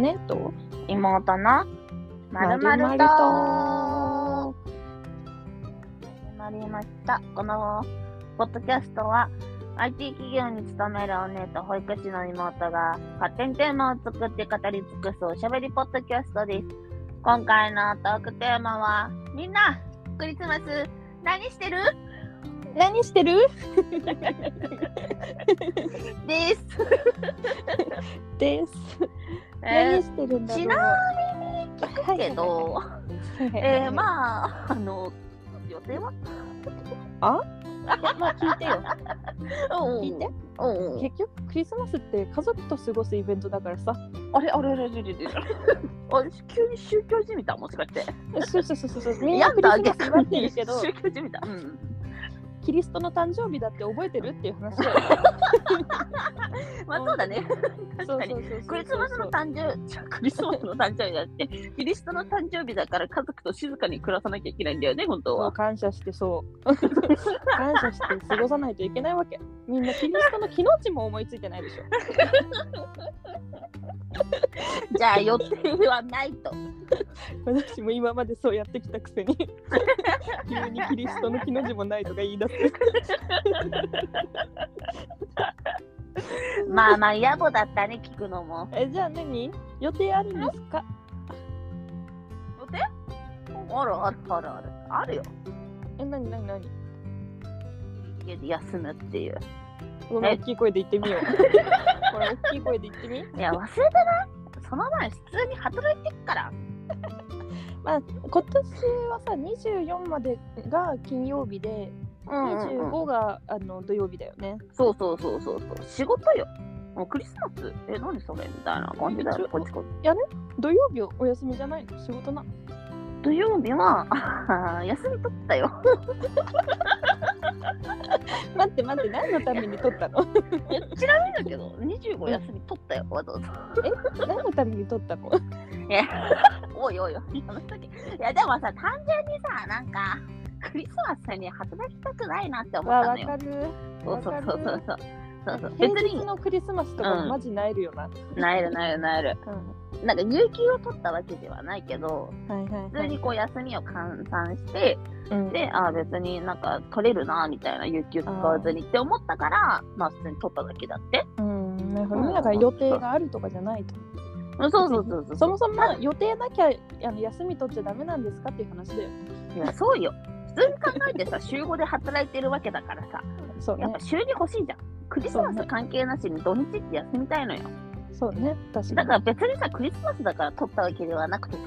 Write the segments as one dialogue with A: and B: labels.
A: 姉と
B: 妹のまるまると
A: ま
B: 始まりました。このポッドキャストは IT 企業に勤めるお姉と保育士の妹が勝手にテーマを作って語り尽くすおしゃべりポッドキャストです。今回のトークテーマはみんなクリスマス何してる
A: 何してる
B: です。
A: です。
B: え
A: 何してるんだろう
B: ちー、けど、えー、
A: あ、
B: まあ、あの、予定は
A: まあ聞いてよ。聞いて。
B: うんう ん
A: 結局クリスマスって家族と過ごすイベントだからさ。
B: あれあれあれあれあれあれあれ急に宗教じみたもしかして。
A: そうそうそうそう。 みん
B: や
A: な
B: っ
A: クリ
B: た
A: スマス祝っ
B: 逆
A: て
B: に
A: るけ
B: 宗
A: ど、
B: 教じみた。うん。
A: キリストの誕生日だって覚えてるっていう話だよ。
B: まあそうだね。 確かに。
A: うそう
B: クリスマスの誕生日、じゃあクリスマスの誕生日だって、キリストの誕生日だから家族と静かに暮らさなきゃいけないんだよね、本
A: そ
B: 当
A: う
B: は。
A: 感謝してそう 感謝して過ごさないといけないわけみんなキリストの気の地も思いついてないでしょ
B: じゃあ予定はないと。
A: 私も今までそうやってきたくせに急にキリストの気の字もないとか言い出す
B: まあまあ、野暮だったね、聞くのも。
A: えじゃあ何予定あるんですか
B: 予定あるあるあるある。あるよ。
A: え何何何
B: 家で休むっていう。
A: ごめ
B: え
A: ん大きい声で言ってみようこれ大きい声で言ってみ
B: いや、忘れてないその前、普通に働いてっから。
A: 今年はさ24までが金曜日で
B: う
A: 25が、あの土曜日だよね
B: そうそうそうそうそう仕事よもうクリスマスえ何それみたいな感じだ
A: ち
B: よ
A: ょ
B: こっちこっち
A: 土曜日お休みじゃないの仕事なの
B: 土曜日は あはは休み取ったよ
A: 待って待って何のために撮ったの
B: えちなみにだけど25休み取ったよわざわざ
A: 何のために撮ったの
B: おいおいおいやめとけいやでもさ単純にさなんかクリスマスに働きたくないなって思
A: わ
B: ったの
A: わ
B: よ
A: かる
B: そうそうそうそうそうそうそう別
A: 平日
B: に
A: のクリスマスとか
B: うん
A: マジなえるよな、
B: なえるなえるなえる
A: うん
B: なんか有給を取ったわけではないけど
A: はいはい
B: 普通にこう休みを換算して
A: うん
B: で、あー別になんか取れるなみたいな、有給使わずにって思ったから、まあ普通に取っただけだって。
A: うん、なるほど
B: う
A: ね
B: ん
A: だから予定があるとかじゃないと
B: そうそうそうそう。
A: そもそも予定なきゃあの休み取っちゃダメなんですかっていう話だよね
B: いや、そうよ。普通に考え てさ、週5で働いてるわけだからさ、
A: そう
B: や
A: ね
B: っぱ週に欲しいじゃん。クリスマス関係なしに土日って休みたいのよ。
A: そうね確か
B: だ
A: に
B: から別にさ、クリスマスだから取ったわけではなくてさ、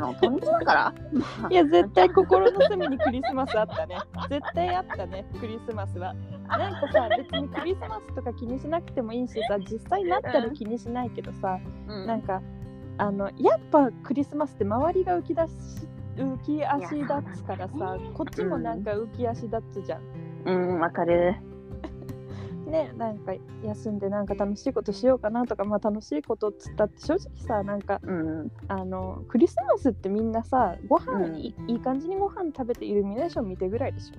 B: の、土日だから、まあ
A: いや絶対心の隅にクリスマスあったね絶対あったねクリスマスはなんかさ別にクリスマスとか気にしなくてもいいしさ実際なったら気にしないけどさ、
B: うん
A: なんかあのやっぱクリスマスって周りが浮き出し浮き足立つから
B: いや
A: さこっちもなんか浮き足立つじゃん。
B: うん、わかる。
A: ねなんか休んでなんか楽しいことしようかなとかまあ楽しいことっつったって正直さなんか
B: うん、
A: あのクリスマスってみんなさご飯、いいい感じにご飯食べてイルミネーション見てぐらいでしょ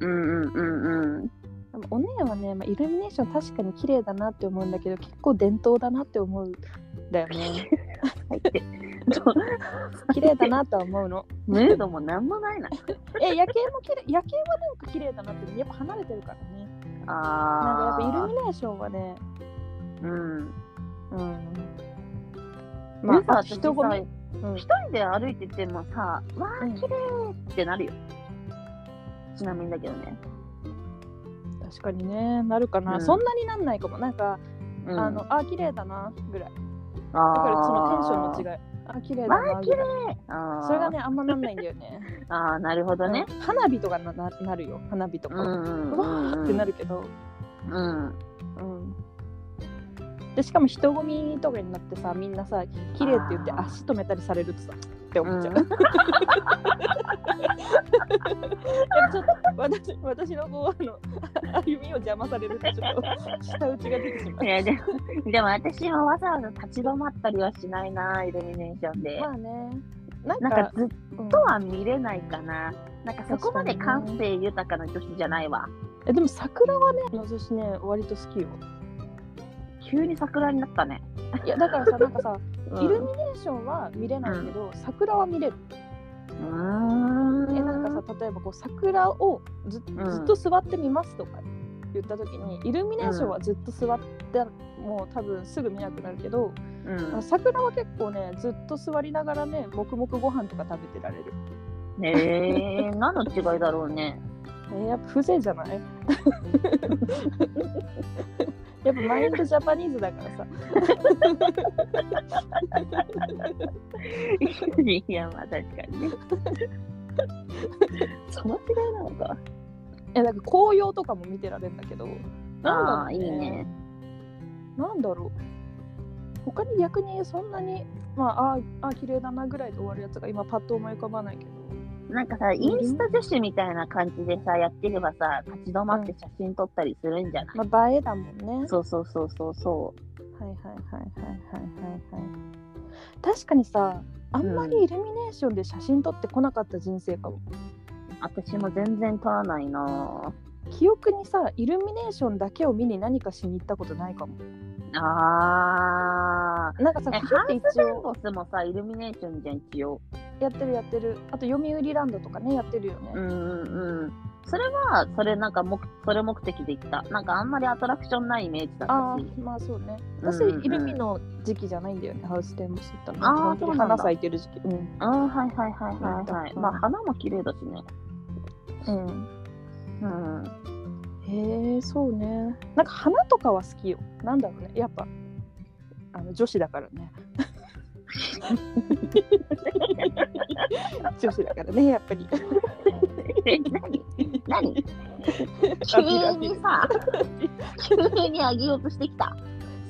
B: うん、うん、うん、うん。
A: でもお姉はね、まあ、イルミネーション確かに綺麗だなって思うんだけど結構伝統だなって思うんだよね
B: 入って。 そう
A: 綺麗だなとは思う の
B: ムードもなんもないな。
A: え夜景も綺麗夜景はなんか綺麗だなってやっぱ離れてるからねなんかや
B: あ
A: っぱ
B: ー。
A: イルミネーションはね
B: うん。
A: うんま
B: まあ、
A: あ
B: さ
A: 人
B: 人
A: 混
B: 混
A: み、
B: み
A: うん
B: 一人で歩いててもさ、わあ
A: うん
B: 綺麗ってなるよ。ちなみにだけどね。
A: 確かにねなるかな、
B: うん
A: そんなになんないかもなんか、
B: うん、
A: あのあ綺麗だなぐらい
B: あ
A: だ
B: ー、
A: からそのテンションの違いあ綺麗だなぐらい
B: あー
A: それがねあんまなんないんだよね
B: あー、なるほどね。
A: うん花火とかなななるよ花火とか、
B: うんうん
A: わーってな
B: る。
A: るけど
B: うん。
A: うんでしかも人混みとかになってさみんなさ綺麗って言って
B: あー
A: 足止めたりされるとさって思っちゃう、
B: う
A: いやちょっと私私のこうあのあ歩みを邪魔されるとちょっと舌打ちが出てしまう
B: いや、でも、 でも私はわざわざ立ち止まったりはしないな、イルミネーションで。
A: まあねなんか
B: なんかずっ
A: うん
B: とは見れないかな。なんかそこまで
A: 確か
B: 感
A: にね
B: 性豊かな女子じゃないわ。
A: えでも桜はね私ね割と好きよ
B: 急に桜になったね。
A: いやだから さなんかさ、
B: うん
A: イルミネーションは見れないけど、桜は見れる
B: うーん
A: えなんかさ例えばこう桜をずず
B: うん
A: っと座ってみますとか言った時に、イルミネーションはずっと座って、もう多分すぐ見なくなるけど、
B: うん
A: 桜は結構ねずっと座りながらね黙々ご飯とか食べてられる、
B: えー、何の違いだろうね。
A: えーやっぱ風情じゃない やっぱマインドジャパニーズだからさ
B: いや、まあ確か にね。その違いなのか。
A: えなんか紅葉とかも見てられるんだけど
B: あ
A: な
B: あ
A: ん
B: ー、い
A: だろう
B: いね。
A: なんだろう他に逆にそんなにまああーあー綺麗だなぐらいで終わるやつが今パッと思い浮かばないけど
B: なんかさ、インスタ女子みたいな感じでさ、やってればさ、立ち止まって写真撮ったりするんじゃない、
A: まあ、映えだもんね。はい
B: そうそうそうそうそ
A: はいはいはいはいはいはい。確かにさ、あんまりイルミネーションで写真撮ってこなかった人生かも。
B: う。私も全然撮らないな
A: 記憶にさ、イルミネーションだけを見に何かしに行ったことないかも。
B: ぁ。あ
A: なんかさ、
B: ー。え、
A: ピュ
B: ハ
A: っ
B: ン
A: て
B: ス・
A: 一
B: ベン
A: 応
B: ボスもさ、イルミネーションじゃん、一応。
A: やってるやってる。あと、読売ランドとかね、やってるよ
B: う
A: ね。
B: んうんうん。それは、それなんか目、それ目的で行った。なんかあんまりアトラクションないイメージだ
A: あ
B: ったし。
A: あ、まあそうね。私、
B: うんうん
A: イルミの時期じゃないんだよね、ハウステンボス行ったの。
B: あー
A: 本当に
B: そうなんだ
A: 花咲いてる時期。うん。
B: ああ、はいはいはいはいはい。まあ、花も綺麗だしね。
A: うん
B: うん。
A: へえそうねなんか花とかは好きよなんだろうねやっぱあの女子だから ね女子だからねやっぱり
B: え、何何
A: アピールアピ
B: 急
A: ー
B: に
A: ル
B: さ、急に上げようとしてきた。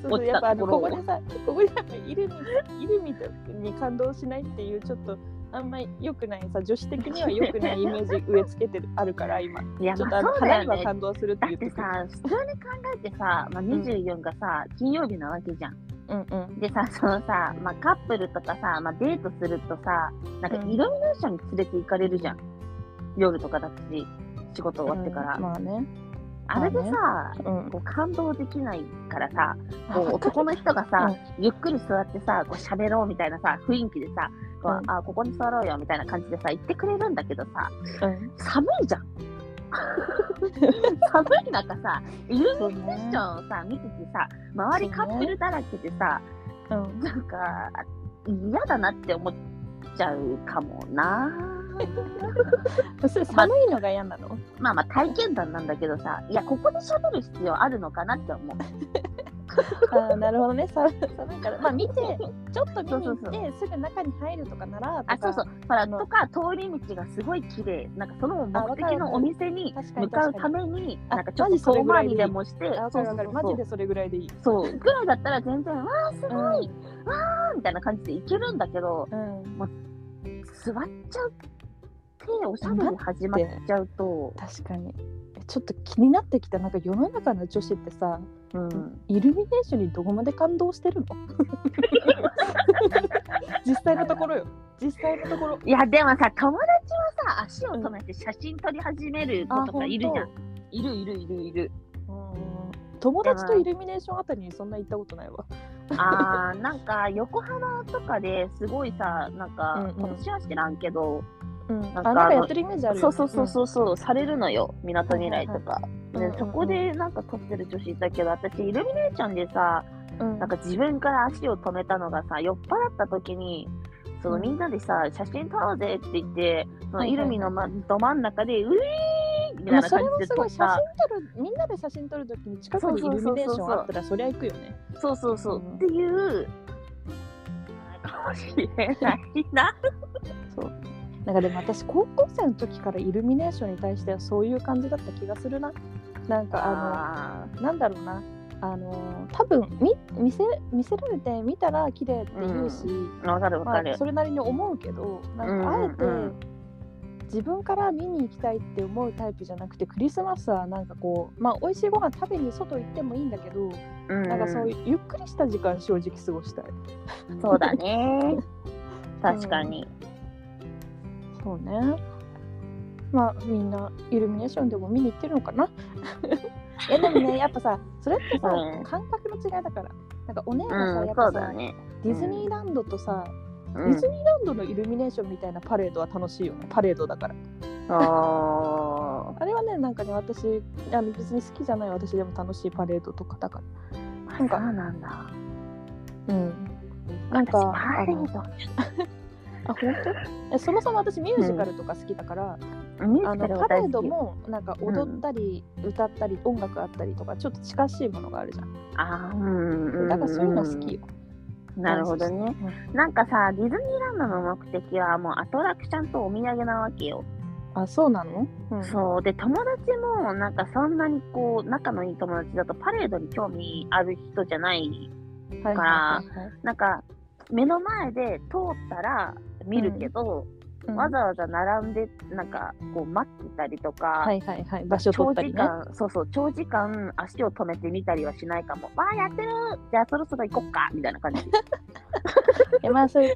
A: そうそう
B: 落ち
A: や
B: た
A: っぱあ
B: と
A: のこ
B: ころを
A: こでさここでやっぱイルミイルミに感動しないっていうちょっとあんまり良くないさ女子的には良くないイメージ植え付けてるあるから今ち
B: いや、
A: ょっ
B: ま
A: とあ
B: あ
A: の、
B: そうだ
A: 花
B: よ
A: には
B: ね。
A: 感動するって
B: だっ
A: 言って
B: て
A: くる
B: さ、普通に考えてさ、まあ、24がさ、金曜日なわけじゃん。
A: うんうん
B: でさ、そのさ、まあ、カップルとかさ、まあ、デートするとさ、なんかイルミネーションに連れて行かれるじゃん。夜とかだし、仕事終わってから。
A: うんまあね
B: あれでさ、
A: うん
B: こう感動できないからさ、こ う男の人がさ、ゆっくり座ってさ、こう喋ろうみたいなさ、雰囲気でさ、こう
A: うん
B: あここに座ろうよみたいな感じでさ、言ってくれるんだけどさ、
A: うん
B: 寒 いじゃん。寒い中さ、イルミネーションをさ、見ててさ、周りカップルだらけでさ、
A: うん
B: なんか嫌だなって思っちゃうかも な。
A: それ寒いのが嫌なの
B: まあまあ体験談なんだけどさ、いや、ここで喋る必要あるのかなって思う。
A: あーなるほどね寒寒いからまあ見てちょっと見に行って
B: そ
A: す
B: う
A: ぐ中に入るとかならとか
B: あそうそうほら
A: あの
B: とか通り道がすごい綺麗なんかその
A: あわかる
B: 目的のお店に
A: 確かに
B: 向かうために
A: あ
B: なんかちょっと遠回りでもして
A: あわか
B: そう
A: るわ
B: そう
A: か
B: そ
A: る
B: う
A: マ
B: そう
A: ジでそれぐらいでいい
B: そうぐらいだったら全然わーすごい
A: うんうん
B: みたいな感じで行けるんだけど座っちゃう手おしゃべり始まっちゃうと、
A: 確かにえちょっと気になってきたなんか世の中の女子ってさ
B: うん、
A: イルミネーションにどこまで感動してるの 実際のところよ実際のところ
B: いやでもさ友達はさ足を止めて写真撮り始める子とかいるじゃん、いるいるいるいる
A: うん友達とイルミネーションあたりにそんな行ったことないわ
B: あーなんか横浜とかですごいさなんか、
A: うんうん
B: 今年はしてらんけど、
A: うん
B: なんか
A: あなんかやってるイメージあるよ
B: そ
A: ね
B: うそうそうそうそう、されるのよみなとみらいとか、
A: いはいはい
B: でそこでなんか撮ってる女子いたけど私イルミネーションでさ
A: うん
B: なんか自分から足を止めたのがさ酔っ払った時にそのみんなでさ写真撮ろうぜって言ってそのイルミの、ま、ど真ん中でウィーンみたいな
A: そ
B: 感
A: れも
B: じ
A: す
B: で撮
A: ご
B: っ
A: い写真
B: た
A: 撮るみんなで写真撮るときに近くにイルミネーションあったらそりゃ行くよね
B: そうそうそう、
A: うん
B: っていうかもしれないな
A: なんかでも私高校生の時からイルミネーションに対してはそういう感じだった気がするななんかあ
B: あ
A: のなんだろうなあの多分み見せ見せられて見たら綺麗って言うし、
B: ーわかるわ
A: ま
B: か
A: あ
B: る、、
A: それなりに思うけどなんかあえて、
B: うんうんうん
A: 自分から見に行きたいって思うタイプじゃなくてクリスマスはなんかこうまあ美味しいご飯食べに外行ってもいいんだけど、
B: うん
A: なんかそういうゆっくりした時間正直過ごしたい
B: そうだね確かに、
A: そうね。 まあみんなイルミネーションでも見に行ってるのかな。いやでもねやっぱさそれってさ、
B: うん
A: 感覚の違いだから なんかお姉がさ、
B: うん
A: やっ
B: そ
A: ぱ
B: うだ
A: さ、
B: よね
A: ディズニーランドとさ、
B: う
A: ディ
B: ん
A: ズニーランドのイルミネーションみたいなパレードは楽しいよねパレードだから
B: あ
A: あれはねなんかね私あの別に好きじゃない私でも楽しいパレードとかだか
B: ー
A: なんか
B: そうなんだ
A: らうんなんか
B: 私パレード
A: あ本 当えそもそも私ミュージカルとか好きだから、
B: ミュー
A: あ
B: ジ
A: の
B: カル
A: パ
B: は
A: レー
B: 大好
A: ド
B: き
A: もなんか踊ったり歌ったり音楽あったりとかちょっと近しいものがあるじゃん、
B: あーうんうんうん
A: だからそういうの好きよ、
B: なるほどねなんかさディズニーランドの目的はもうアトラクションとお土産なわけよ
A: あそうなの、うん
B: そうで友達もなんかそんなにこう仲のいい友達だとパレードに興味ある人じゃない
A: はいはいはいはい
B: なんか目の前で通ったら見るけど、
A: うん
B: わざわざ並んでなんかこう待ってたりとか、
A: はいはいはい場所取ったりね
B: 長時間そうそう長時間足を止めてみたりはしないかもわあやってるじゃあそろそろ行こっかみたいな 感じ
A: いやまあそれね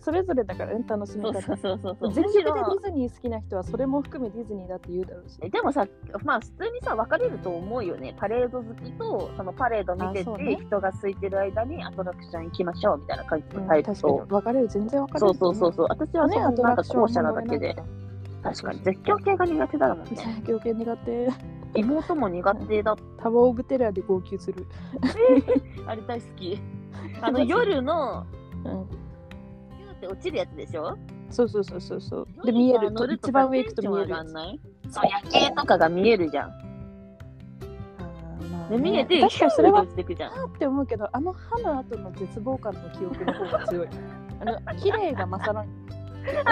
A: それぞれだからね楽しみ
B: そ
A: 方
B: うそうそうそうそう
A: 全
B: む
A: 力
B: し
A: でデ
B: ろ
A: ィズニー好きな人はそれも含めディズニーだって言うだろうし
B: えでもさまあ普通にさ分かれると思うよねパレード好きとそのパレード見て
A: あそう
B: て、
A: ね
B: 人が空いてる間にアトラクション行きましょうみたいな感じ
A: う
B: の
A: ん
B: タイプ
A: 確かに
B: と、
A: 分かれる全然分かれ
B: そう
A: る
B: そうそうそう私は
A: ね
B: ね
A: アト
B: なん
A: ラ
B: か
A: クション
B: 後
A: も
B: 者なだ
A: 乗れ
B: け
A: ない
B: で
A: から
B: 確かに絶叫系が苦手だもんね
A: 絶叫系苦手
B: 妹も苦手だっ
A: タワーオブテラーで号泣する
B: たあれ大好 きあの夜の
A: うん
B: ビューって落ちるやつでしょ
A: そうそうそうそうそうで見える
B: 乗
A: と
B: とさ
A: 一番上行くと見える
B: テンション上が
A: や
B: ん
A: つ
B: ないそう夜景とかが見えるじゃん
A: あーまあ
B: で
A: ね
B: 見えて
A: 確かにそれは
B: 落ちてくじゃん
A: あーって思うけどあの歯の後の絶望感の記憶の方が強 いあの綺麗が勝らん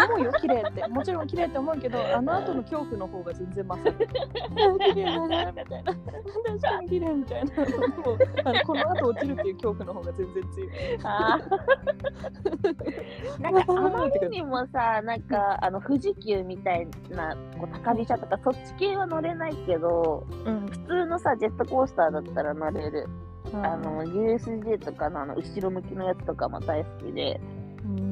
A: 思うよ綺麗ってもちろん綺麗って思うけどあの後の恐怖の方が全然勝るあ綺麗だなみたいな確かに綺麗みたいなもうあのこの後落ちるっていう恐怖の方が全然強い
B: あ ーなんかあまりにもさ、なんかあの富士急みたいなこう高飛車とかそっち系は乗れないけど、
A: うん
B: 普通のさジェットコースターだったら乗れる。あ
A: あ
B: の USJ とかのあの後ろ向きのやつとかも大好きで、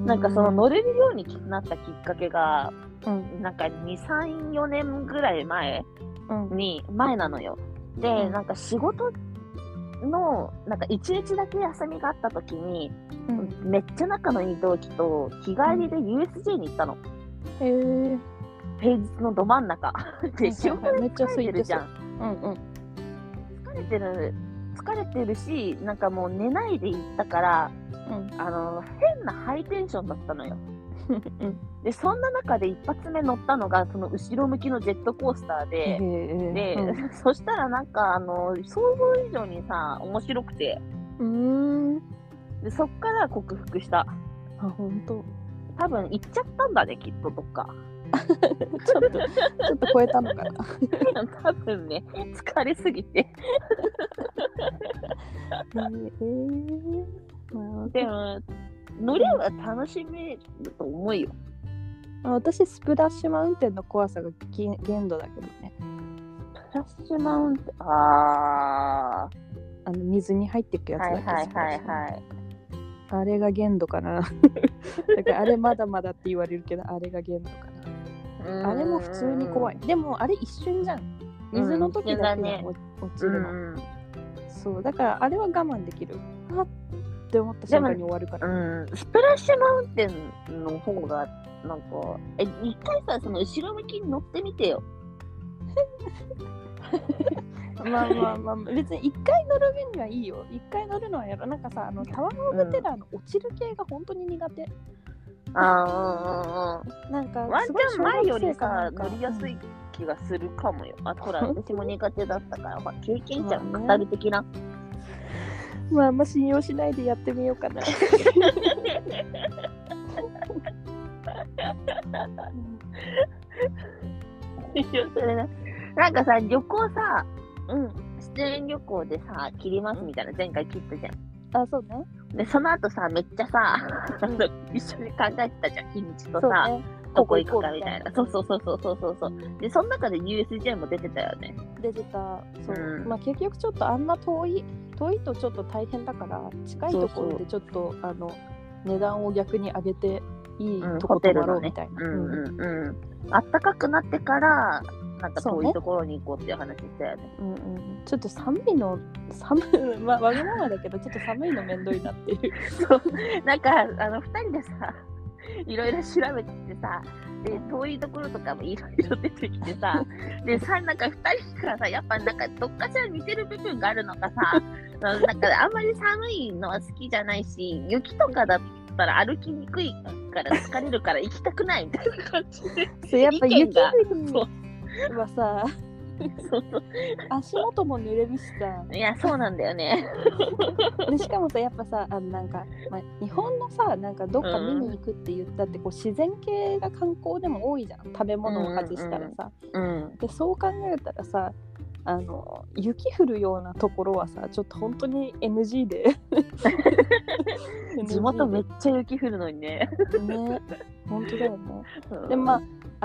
B: なんかその乗れるようになったきっかけが
A: うん
B: なんか2、3、4年ぐらい前
A: うん
B: に前なのよ。で、
A: うん
B: なんか仕事のなんか1日だけ休みがあった時に。
A: うん
B: めっちゃ仲のいい同期と日帰りで USJ に行ったの、
A: へえ
B: 平日のど真ん中で仕事
A: めっちゃ空
B: 疲れて
A: い
B: る
A: て
B: じゃ
A: そうんうんうん
B: 疲れてる疲れてるしなんかもう寝ないで行ったから
A: うん
B: あの変なハイテンションだっ たのよでそんな中で一発目乗ったのがその後ろ向きのジェットコースタ ーで、で、
A: へ
B: そしたらなんかあの想像以上にさ面白くて
A: うん
B: でそっから克服し
A: あ
B: た
A: 本当
B: 多分行っちゃったんだねきっとどっか
A: ちょっと、ちょっと超えたのか
B: 多分ね疲れすぎて
A: な。えー
B: でも、乗れば楽しめると思うよ。
A: あ私、スプラッシュマウンテンの怖さがき限度だけどね。
B: プラッシュマウンテン、あ
A: あの水に入っていく
B: ー、
A: やつ
B: は
A: だ
B: い
A: け、ス
B: はい
A: プラッ
B: はい
A: シュマウンテ
B: はい。
A: ンあれが限度かな。 だからあれまだまだって言われるけど、あれが限度かな。あれも普通に怖い。でも、あれ一瞬じゃん。水の時だけで
B: うん一瞬だね
A: 落落ち
B: う
A: る
B: ん
A: の、そう、だからあれは我慢できる。あっって思った瞬間に終わるから。
B: うん。うん。スプラッシュマウンテンの方が、なんか、え、一回さ、その後ろ向きに乗ってみてよ。
A: まあまあまあ、別に一回乗る分にはいいよ。一回乗るのはやろ。なんかさ、あの、タワーオブテラーの落ちる系が本当に苦手。
B: あー、うんうん
A: なんか
B: うん。ワン
A: す
B: チ
A: ごい
B: ャン前より
A: 小学生かな
B: さ、
A: んか
B: 乗りやすい気がするかもよ。あ、ほら、
A: 本
B: 私も苦手だったから、まあ、経験じゃん、
A: まあね
B: 腐る的な。
A: うんまああんま信用しないでやってみようかな
B: それななんかさ、旅行さ、
A: うん
B: 出演旅行でさ、切りますみたいな、前回切ったじゃ
A: あそうね
B: ん。で、その後さ、めっちゃさ、あの 一緒に考えてたじゃん、日にちと
A: そう
B: さ、
A: ね
B: どこ行くかみたいな。そう
A: う
B: そうそうそうそうそうそう。で、その中で USJ も出てたよね。
A: デジタそう、
B: うん
A: まあ結局ちょっとあんな遠い遠いとちょっと大変だから近いところでちょっとあの値段を逆に上げていい
B: うん
A: とこ
B: ホテ
A: 泊ま
B: ル
A: ろ
B: の
A: う
B: ね
A: みたいな、
B: うん
A: うん
B: うんうん。あったかくなってから、なんか
A: そう
B: 遠
A: ね
B: いところに行こうっていう話したよね。
A: うんうん、ちょっと寒いの寒い、 まあ、わがままだけどちょっと寒いのめんどいなってい う
B: そうなんかあの2人でさいろいろ調べてさで遠いところとかもいろいろ出てきてさでさなんか2人がさやっぱなんかどっかしら似てる部分があるのかさなんかあんまり寒いのは好きじゃないし雪とかだったら歩きにくいから疲れるから行きたくないみたいな感じで
A: そうやっぱ
B: 意
A: 雪
B: 見がそう
A: 国はさ
B: そうそう
A: 足元も濡れるしさ
B: いやそうなんだよね
A: でしかもさやっぱさあのなんか、まあ、日本のさなんかどっか見に行くって言ったってこう自然系が観光でも多いじゃん食べ物を外したらさ、
B: うん
A: でそう考えたらさあの雪降るようなところはさちょっと本当に NG で
B: 地元めっ
A: ね
B: ちゃ雪降るのにね
A: 本当だよねでまあ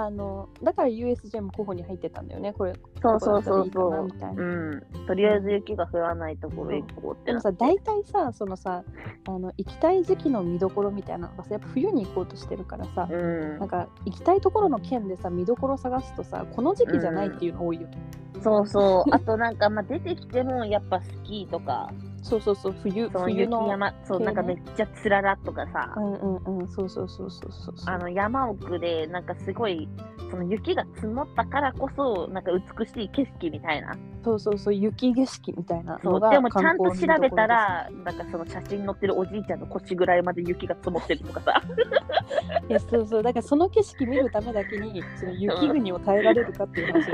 A: あのだから USJ も候補に入ってたんだよねこれ
B: そうそうそう
A: ここだったら
B: そ
A: いういかなみたいな
B: うん、とりあえず雪が降らないところへ行こうって
A: で
B: な
A: もさ大体さそのさあの行きたい時期の見どころみたいなのがさやっぱ冬に行こうとしてるからさ、
B: うん
A: なんか行きたいところの県でさ見どころ探すとさこの時期じゃないっていうの多いよね、
B: そうそう、あとなんか、まあ、出てきてもやっぱスキーとか、
A: そうそうそう冬
B: その
A: 冬
B: 雪
A: の
B: 山、そう
A: 系
B: なんかめ
A: ね
B: っちゃつららとかさ
A: う、んうんうんそうそうそうそうそうそう
B: あの山奥で、なんかすごい、その雪が積もったからこそ、なんか美しい景色みたいな、
A: そうそうそう雪景色みたいな
B: そ
A: の
B: う
A: が
B: でもちゃんと
A: 観光
B: 調
A: の見
B: べ
A: どころです
B: たら、なんかその写真載ってるおじいちゃんの腰ぐらいまで雪が積もってるとかさ、
A: いやそうそうだからその景色見るためだけにその雪国を耐えられるかっていう 話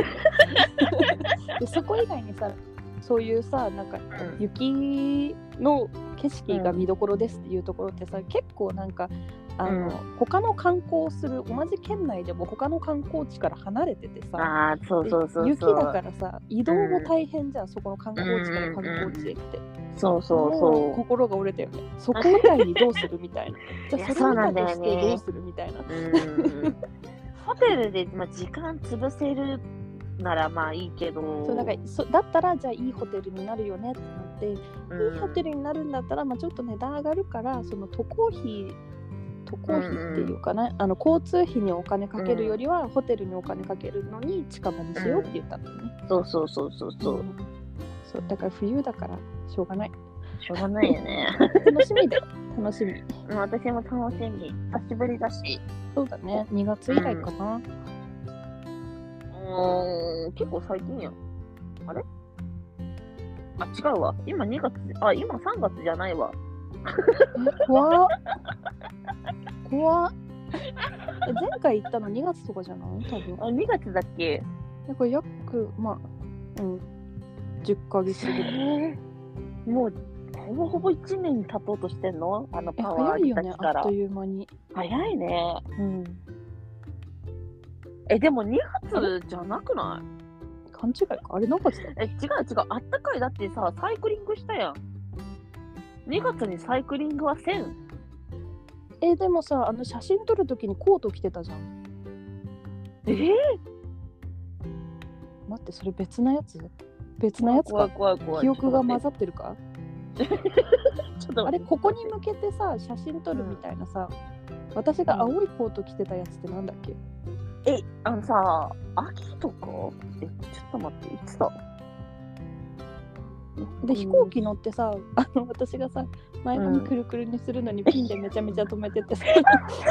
A: でそこ以外にさそう いうさなんか
B: うん
A: 雪の景色が見どころですっていうところってさ、結構なんかあの、
B: うん
A: 他の観光する同じ県内でも他の観光地から離れててさ
B: ああ、そうそうそうそう、
A: 雪だからさ移動も大変じゃん、そこの観光地から観光地へって、
B: そうそう
A: も
B: そう。
A: 心が折れたよねそこ以外にどうするみたい なじゃ
B: い
A: あ
B: や
A: それ
B: そう
A: 以
B: な
A: 外
B: んだ
A: と
B: よね
A: してどうするみたいな
B: うんホテルで、まあ、時間潰せるならまあいいけど
A: そうなんかそだったらじゃあいいホテルになるよねってなって、
B: うん
A: いいホテルになるんだったら、まあ、ちょっと値段上がるからその渡航費渡航費っていうかな、あの交通費にお金かけるよりは、ホテルにお金かけるのに近場にしようって言ったんだよね、
B: そうそうそうそうそうん
A: そうだから冬だからしょうがない
B: しょうがないよね
A: 楽しみだよ楽しみ
B: うん私も楽しみ久しぶりだし
A: そうだね2月以来かな、
B: うーん結構最近やんあれあ違うわ今2月あ今3月じゃないわ
A: え怖っ怖っえ前回行ったの2月とかじゃない多分
B: あ2月だっけ
A: でこれ約まあうん10ヶ月ぐらい
B: えーもうほぼほぼ1年経とうとしてんのあの
A: え
B: パ
A: 早
B: ワー
A: いよ
B: 来た
A: ね
B: 日
A: あ
B: か
A: っ
B: ら
A: という間に
B: 早いね
A: うん
B: えでも2月じゃなくない
A: 勘違いかあれ何月だ
B: え違う違うあったかいだってさサイクリングしたやん2月にサイクリングはせん
A: えでもさあの写真撮るときにコート着てたじゃん
B: えー、
A: 待ってそれ別なやつ別なやつ
B: 怖い
A: か
B: 怖い怖い
A: 記憶が混
B: まず
A: ざってるか
B: ちょっと
A: あ
B: 待
A: れ
B: って
A: ここに向けてさ写真撮るみたいなさ、私が青いコート着てたやつってなんだっけ、
B: えあのさ秋とかえちょっと待っていつだう
A: で
B: ん
A: 飛行機乗ってさ あの私がさ前髪くるくるにするのにピンでめちゃめちゃ止めててさ、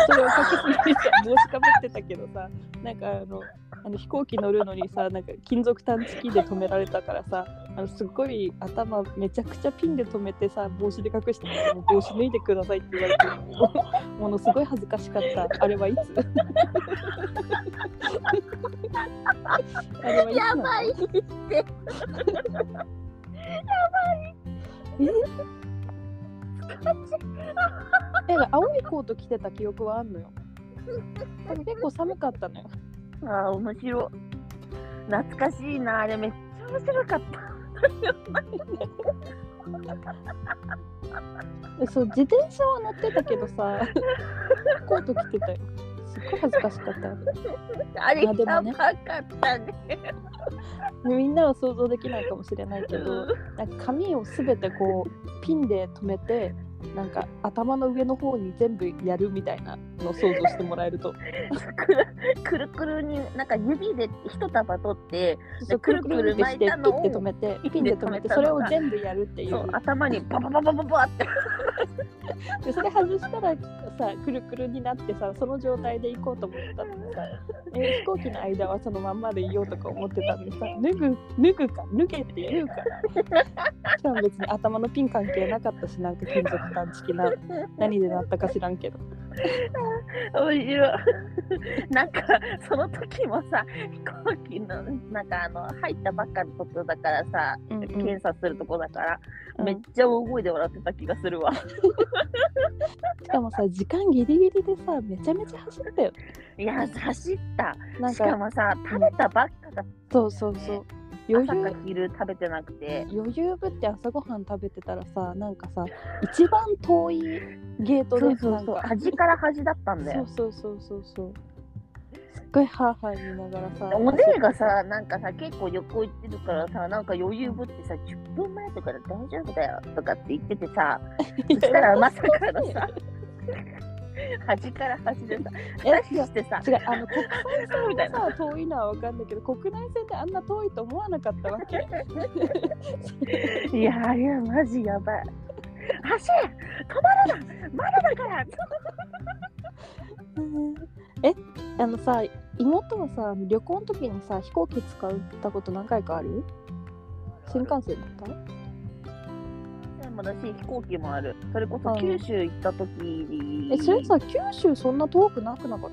A: それを隠すのにさ帽子かぶってたけどさなんかあのあの飛行機乗るのにさなんか金属探知機で止められたからさあのすっごい頭めちゃくちゃピンで止めてさ帽子で隠してたからもう帽子脱いでくださいって言われて もうものすごい恥ずかしかったあれはいつ あれはいつな
B: や
A: の
B: ばい
A: え青いコート着てた記憶はあんのよ。でも結構寒かったのよ。
B: あー面白懐かしいなあれめっちゃ面白かった
A: えそう自転車は乗ってたけどさ、 コート着てたよ。すっごい恥ずかしかったよ。
B: あれ
A: まあでも
B: や
A: ね
B: ばかったね
A: みんなは想像できないかもしれないけど、なんか髪をすべてこうピンで留めて、なんか頭の上の方に全部やるみたいなのを想像してもらえると
B: くるくるくるになんか指で一束取って
A: そうくるくるってしてピッて止めてピンで止めてそれを全部やるってい
B: そう
A: う
B: 頭にパパパパパパって
A: でそれ外したらさくるくるになってさその状態で行こうと思ってたのにさえ飛行機の間はそのまんまでいようとか思ってたんでさ脱ぐ脱ぐか脱げって言うからしかも別に頭のピン関係なかったしなんか金属探知機な何でなったか知らんけど
B: 面白い なんかその時もさ飛行機のなんかあの入ったばっかのことだからさ、
A: うんうん
B: 検査するとこだから、
A: うん
B: めっちゃ大声で笑ってた気がするわ
A: しかもさ時間ギリギリでさめちゃめちゃ走ったよ
B: いや走った
A: なん
B: しか
A: か
B: もさ食べたばっかだっ
A: そうそうそう
B: た、
A: 余
B: 朝
A: 裕
B: か昼食べてなくて
A: 余裕ぶって朝ごはん食べてたらさなんかさ一番遠いゲート
B: そう
A: で
B: そ
A: な
B: うんそう
A: か
B: 端から端だったんだよ
A: そうそうそうそうそうすっごいハーハー見ながらさ
B: お姉がさなんかさ結構旅行行ってるからさなんか余裕ぶってさ10分前とかで大丈夫だよとかって言っててさ
A: そ
B: そしたらまさかのさ 端から端でさ
A: え
B: 話してさ
A: 違うあの国
B: みたい
A: 内線
B: な
A: は遠いのは分かんないけど国内線であんな遠いと思わなかったわけ
B: いやあれはマジやばい走れ止まるなまだだから
A: えあのさ妹はさ旅行の時にさ飛行機使ったこと何回かある新幹線だった
B: もだし飛行機もあるそれこそ
A: うん
B: 九州行った時に
A: えそれさ九州そんな遠くなくなかっ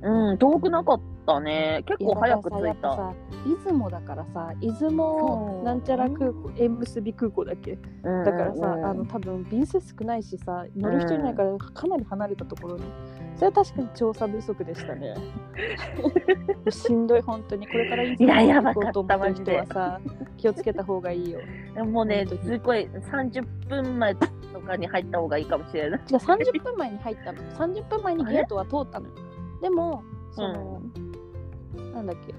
A: た
B: うん遠くなかったね結
A: いや
B: 構早く着
A: だ
B: い
A: からさ
B: た
A: やっぱさ出雲だからさ出雲なんちゃら空港縁結び空港だっけ
B: だ
A: だからさ、あの多分便数少ないしさ乗る人いないからかなり離れたところに、それは確かに調査不足でした ねしんどい本当にこれからい
B: いややば
A: 行こ
B: かった
A: うと思ってる人はさ気をつけた方がいいよ
B: もうね
A: 本当に
B: すごい30分前とかに入った方がいいかもしれない
A: 違う30分前に入ったの30分前にゲートは通ったのよでもその、なんだっけ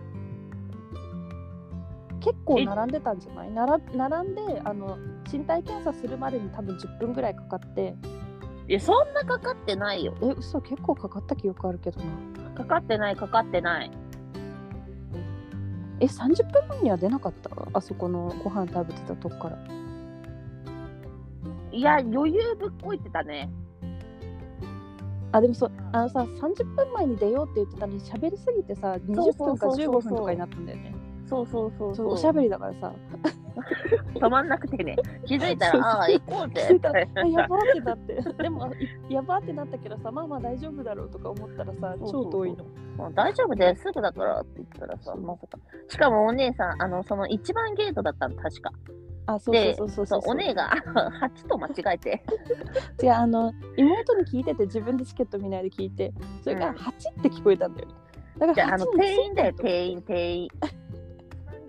A: 結構並んでたんじゃないなら並んであの身体検査するまでに多分10分ぐらいかかって
B: いやそんなかかってないよ
A: え嘘結構かかった記憶あるけどな
B: かかってないかかってない
A: え30分前には出なかったあそこのご飯食べてたとこから
B: いや余裕ぶっこいてたね
A: あでもそうあのさ30分前に出ようって言ってたのに喋りすぎてさ
B: そう
A: 20
B: そ
A: 分
B: う
A: か
B: そうそう
A: 15分とかになったんだよね
B: そうそうそう
A: そう
B: そう
A: おしゃべりだから さ
B: 止まんなくて ね気づいた
A: そうそう
B: らああ行こう
A: 気
B: ぜ
A: づいたらあ やばーってなって でもいやばーってなったけどさまあまあ大丈夫だろうとか思ったらさ
B: そうそう
A: 超遠いの
B: もう大丈夫ですすぐだからって言ったらさまさかしかもお姉さんあのその一番ゲートだったの確か
A: あそう
B: で
A: そうそう
B: そ
A: そううそう
B: お姉が8 と間違えて
A: 違うあの妹に聞いてて自分でチケット見ないで聞いてそれ
B: う
A: が
B: ん
A: 8って聞こえたんだよねだ
B: じ
A: か
B: ゃあ
A: ら
B: あの
A: 8
B: 店員だよ
A: 員
B: 店員店員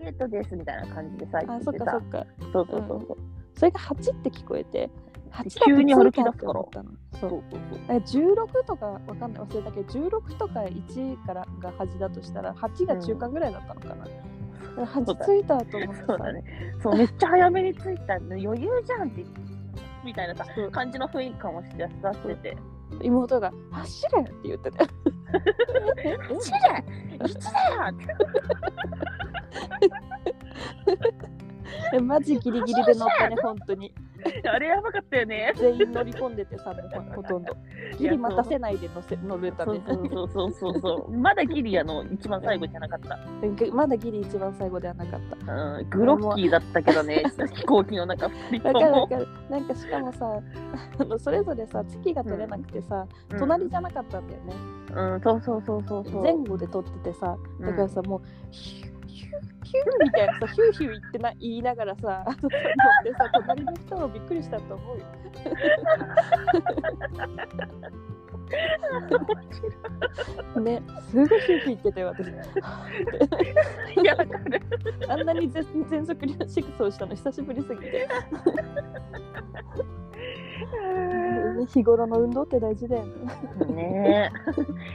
B: ゲートですみたいな感じでさ言
A: あ
B: っ
A: そってか
B: さ
A: そっか
B: そうそうそうそう
A: それが8って聞こえて8
B: 急に歩き出すから
A: だそう
B: そうそうそう
A: だから16とかわかんない忘れたけど16とか1からが端だとしたら8が中間ぐらいだったのかな、だから
B: そうだ
A: 8ついたと思ってさ
B: そうだね。そう、めっちゃ早めに着いたんで、余裕じゃんって、みたいなさ、
A: そう
B: 感じの雰囲気かもしれない。出してて。
A: 妹が「走れ!」って言ってたよええ
B: 走れ一だよって
A: えマジギリギリで乗ったね本当に
B: あれやばかったよね。
A: 全員乗り込んでてさもうほほとんどギリ待たせないで乗せ乗れた
B: そう
A: ね
B: そうそうそうそう。まだギリあの、一番最後じゃなかった。
A: まだギリ一番最後ではなかった
B: うん、グロッキーだったけどね、飛行機の中、一
A: わかるわ
B: も。
A: かるなんかしかもさあのそれぞれさ月が取れなくてさ、
B: うん
A: 隣じゃなかったんだよね、
B: うん、そうそうそうそうそう。
A: 前後で撮っててさ
B: うん
A: だからさ、もうヒューヒューヒューみたいなさヒューヒュー言ってな言いながらさあの撮ってさ隣の人もびっくりしたと思うよねすごいヒューヒュー言ってたよ私
B: いや、わか る。
A: あんなに全全速力シクソーしたの久しぶりすぎて日頃の運動って大事だよね
B: ね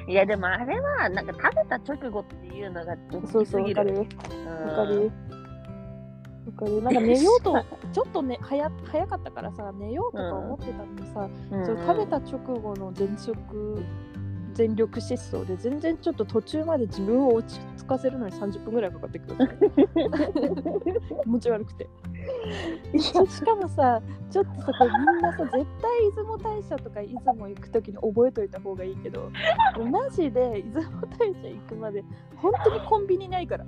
B: え。いや、でもあれは、なんか食べた直後っていうのが、
A: そうそうわかる
B: わ
A: わかるわかるなんか寝よ うとちょっとね早早かったからさ寝ようとか思ってたのにさ、
B: うん
A: それ食べた直後の全食全力疾走で全然ちょっと途中まで自分を落ち着かせるのに30分ぐらいかかってく る気持ち悪くてしかもさちょっとさこれみんなさ絶対出雲大社とか出雲行く時に覚えといた方がいいけどもうマジで出雲大社行くまで本当にコンビニないから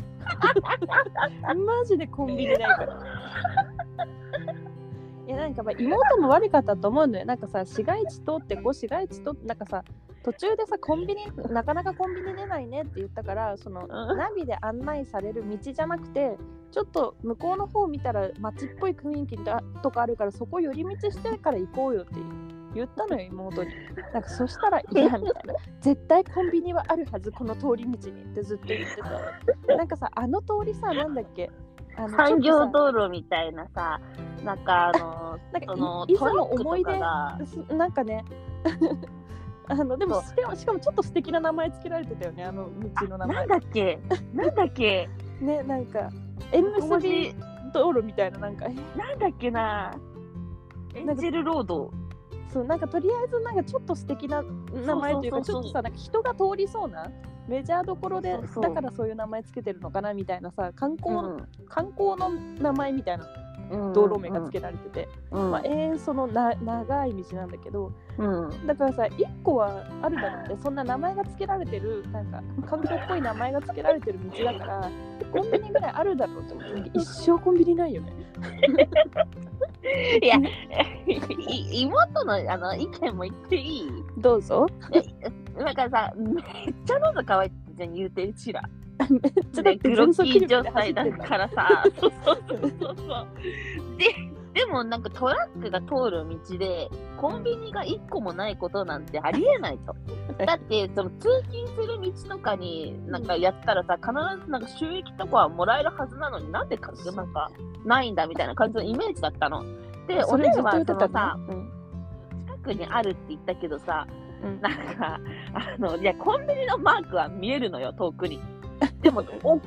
A: マジでコンビニないからいやなんかまあ妹も悪かったと思うのよ。なんかさ市街地通ってこう市街地通ってなんかさ途中でさコンビニなかなかコンビニ出ないねって言ったからその
B: うん
A: ナビで案内される道じゃなくてちょっと向こうの方見たら街っぽい雰囲気だとかあるからそこ寄り道してから行こうよって言ったのよ妹に。なんかそしたら「いや」みたいな「絶対コンビニはあるはずこの通り道に」ってずっと言ってた。なんかさあの通りさなんだっけあの
B: 産
A: ちょっ
B: 業
A: とさ
B: 道路みたいなさ、なんかあ の、
A: なんか
B: その
A: いい
B: ト
A: ざ
B: ラ
A: の
B: ック
A: 思
B: と
A: い
B: か
A: 出
B: が、
A: すなんかね あのでも
B: そ
A: しかもしかもちょっと素敵な名前つけられてたよねあの道の名
B: な
A: 前
B: んだっけ、なんだっ け、
A: ねなんか縁
B: 小文
A: 結
B: 字
A: び道路みたいななんか
B: なんだっけな、エンジェルロード。
A: そうなんかとりあえずなんかちょっと素敵な名前というかち
B: そうそうそうそう
A: ょっとさなんか人が通りそうなメジャーどころで
B: そうそう
A: だからそういう名前つけてるのかなみたいなさ観光,、
B: う
A: 観光の名前みたいなん道路名がつけられてて、
B: うん
A: まあ、永遠そのな長い道なんだけど、
B: うん
A: だからさ1個はあるだろうってそんな名前が付けられてるなんか韓国っぽい名前が付けられてる道だからコンビニぐらいあるだろうと思って一生コンビニないよね
B: いや、い 妹のあの意見も言っていい
A: どう ぞ
B: なんかさ、めっちゃ喉乾いてたじゃん、言うてうちら。
A: めっちゃだっ
B: で、
A: て
B: グロッキー
A: 全
B: 状
A: 速力で走
B: 態だ
A: ってんだ
B: から さ、そうそうそうそうそう。で、でもなんかトラックが通る道で、コンビニが一個もないことなんてありえない と。だって、その通勤する道とかになんかやったらさ、必ずなんか収益とかはもらえるはずなのになんでか
A: そう
B: なんかないんだみたいな感じのイメージだったの。で、
A: そ
B: 俺
A: れずっ
B: は
A: と言っ
B: そ
A: て
B: の
A: た
B: さ
A: な、うん
B: 近くにあるって言ったけどさ、
A: うん
B: なんか、あの、いや、コンビニのマークは見えるのよ、遠くに。でも、お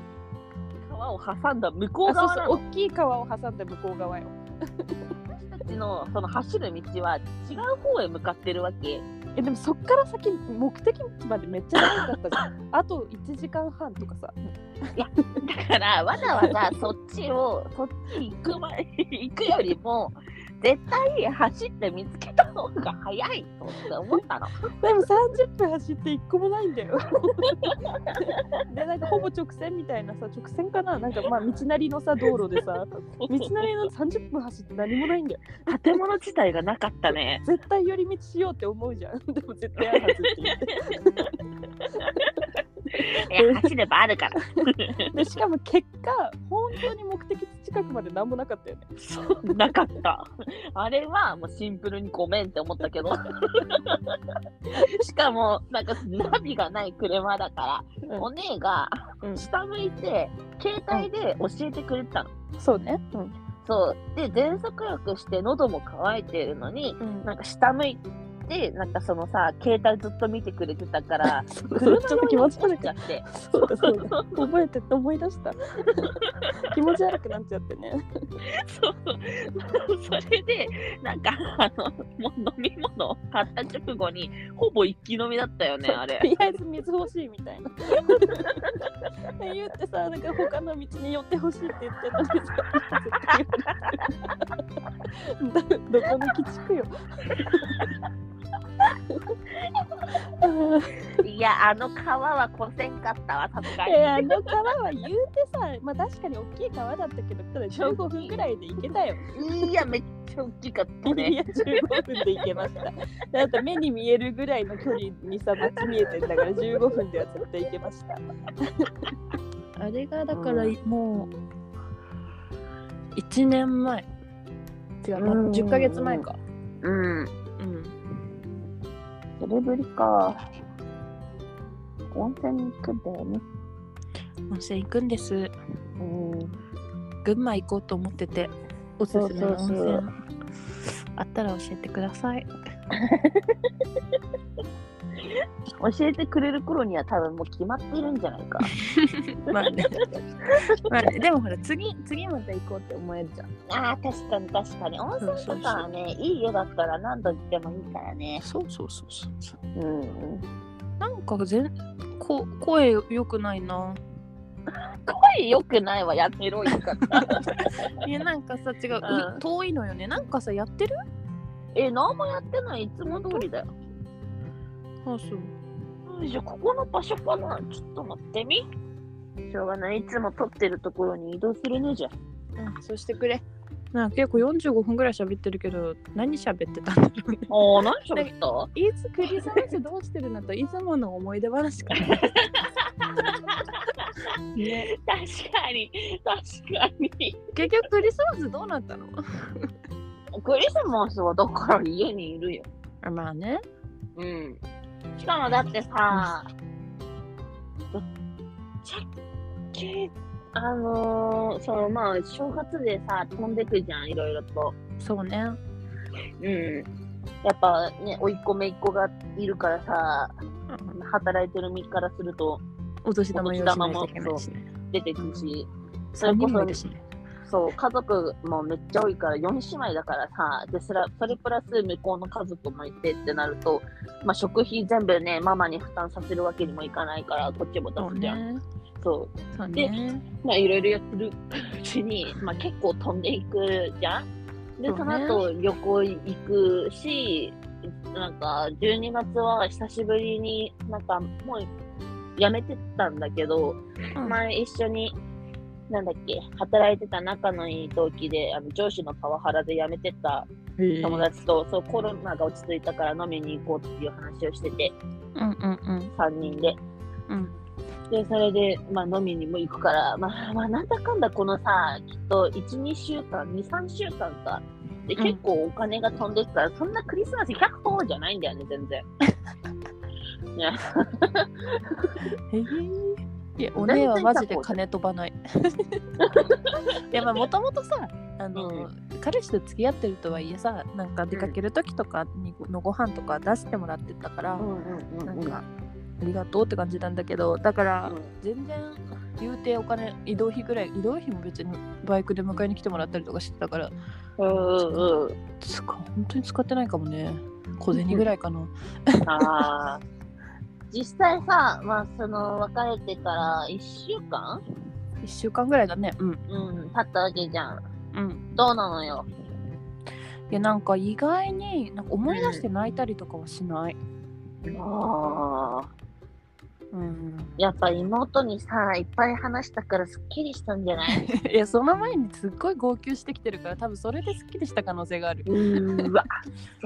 B: 川を挟んだ向こう
A: あそう
B: 側な
A: そ
B: の。
A: う大きい川を挟んで向こう側よ
B: 私たちのその走る道は違う方へ向かってるわけ。
A: えでもそっから先目的地までめっちゃ長かったじゃん あと1時間半とかさ
B: だから、わざわ ざそっちを、そっち行く前、行くよりも、絶対走って見つけた方が早いとって思ったの。
A: でも30分走って1個もないんだよ。 でなんかほぼ直線みたいなさ直線かななんかまあ道なりのさ道路で さ道なりの30分走って何もないんだよ。
B: 建物自体がなかったね。
A: 絶対寄り道しようって思うじゃん。 でも絶対あるはずって言 って。
B: いや、走ればあるから。
A: でしかも結果本当に目的地近くまで何もなかったよね。
B: そう なかった。あれはもうシンプルにごめんって思ったけど。しかも、なんかナビがない車だから、
A: うん
B: お姉が
A: うん
B: 下向いて、携帯で教えてくれてたの。
A: そうね。うん。
B: そう。で、全速力して喉も渇いてるのに、
A: うん、
B: なんか下向いて、なんかそのさ、携帯ずっと見てくれてたから、
A: そう
B: 車
A: そ
B: の
A: うちょっと気持ち悪
B: っ
A: く
B: ちゃ
A: な
B: っ。
A: ってそうだそう だ。覚えてて思い出 した。気持ち悪くなっちゃってね。
B: そうそう。 それで、なんか、あの、もう飲み物を買った直後に、ほぼ一気飲みだったよね、あれ
A: と。りあえず水欲しいみたいな。って言ってさ、なんか他の道に寄ってほしいって言っちゃったんですよ絶対寄る どどこの鬼畜 よ。
B: いや、あの川はこせんかったわ、さすが
A: い
B: に。
A: やあの川は言うてさ、まあ確かに大きい川だったけど、ただ15分くらいで行けたよ。
B: いや、めっちゃ大きかった
A: いや
B: ね。
A: 15分で行けました。だって目に見えるぐらいの距離にさ、街見えてんだから15分では絶対行けました。あれがだから
B: うん
A: もう1年前。違う、まあ
B: うん
A: 10ヶ月前か。
B: うん。
A: うん。
B: それぶりか。温泉に行くんだよね。
A: 温泉行くんです。
B: うん。
A: 群馬行こうと思ってて。おすすめの温
B: そうそうそう
A: 泉。あったら教えてください。
B: 教えてくれる頃には多分もう決まってるんじゃない か。
A: まあね。まあね、でもほら、次、次また行こうって思えるじゃん。
B: ああ、確かに確かに。温泉とかはね、いい湯だったら何度行ってもいいからね。
A: そうそうそうそう。
B: うん。
A: なんか全、こ声良くないな。
B: 声良くないわ、やめろよか った。
A: いや、なんかさ、違う、
B: うん
A: 遠いのよね。なんかさ、やってる
B: え、何もやってない、いつも通りだよ。
A: あ、そう。
B: じゃあ、ここの場所かなちょっと待ってみ。しょうがない、いつも撮ってるところに移動するねじゃん。
A: うん、そうしてくれ。なんか結構45分ぐらい喋ってるけど、何喋ってたんだろうね。
B: ああ、何しゃべっ た
A: いつクリスマスどうしてるのといつもの思い出話かな。ね、
B: 確かに、確かに。
A: 結局クリスマスどうなったの
B: クリスマスはだから家にいるよ。
A: あまあね。
B: うん。しかもだってさ、ぶっちゃけ、あのー、そのまあ、正月でさ、飛んでくじゃん、いろいろと。
A: そうね。
B: うん。やっぱね、甥っ子姪っ子がいるからさ、働いてる身からすると
A: お年玉用意しないといけないしね。
B: 出てくるし、そ
A: 3
B: れこ
A: 人も
B: そ
A: いるしね。
B: そう、家族もめっちゃ多いから、4姉妹だからさ、でそれそれプラス向こうの家族もいてってなると、まあ、食費全部ね、ママに負担させるわけにもいかないから、こっちも出
A: そう
B: すじゃん。
A: ね。
B: そう
A: そうね。
B: まあ、いろいろやってるう ちに、まあ、結構飛んでいくじゃん。で、
A: そうね
B: その後旅行行くし、なんか12月は久しぶりになんかもうやめてたんだけど、
A: うん
B: 前一緒になんだっけ働いてた仲のいい同期であの上司のパワハラで辞めてった友達と、そうコロナが落ち着いたから飲みに行こうっていう話をしてて
A: うんうん
B: 3人で
A: うん。うん
B: で、それで、まあ、飲みにも行くから、まあ、まあ、なんだかんだこのさ、きっと、1、2週間、2、3週間か。で、
A: うん
B: 結構お金が飛んでくから、そんなクリスマス100本じゃないんだよね、全然。ね、
A: へえいや、お姉はマジで金飛ば ない。いや、まあ、もともとさ、あの、
B: う
A: 彼氏と付き合ってるとはいえさ、なんか出かける時とかにのご飯とか出してもらってたから、
B: んう
A: なんか、ありがとうって感じなんだけど、だから、
B: う
A: 全然、言うてお金、移動費ぐらい、移動費も別にバイクで迎えに来てもらったりとかしてたから、
B: ん、うん、うん。
A: つか本当に使ってないかもね。小銭ぐらいかな。
B: ああ。実際さ、まあ、その、別れてから1週間
A: 1週間ぐらいだね。うん。
B: うん、経ったわけじゃん。
A: うん。
B: どうなのよ。
A: いやなんか意外になんか思い出して泣いたりとかはしない。
B: ああ。
A: うん、
B: やっぱ妹にさ、いっぱい話したからすっきりしたんじゃない
A: いやその前にすっごい号泣してきてるから多分それですっきりした可能性がある。
B: うーわ。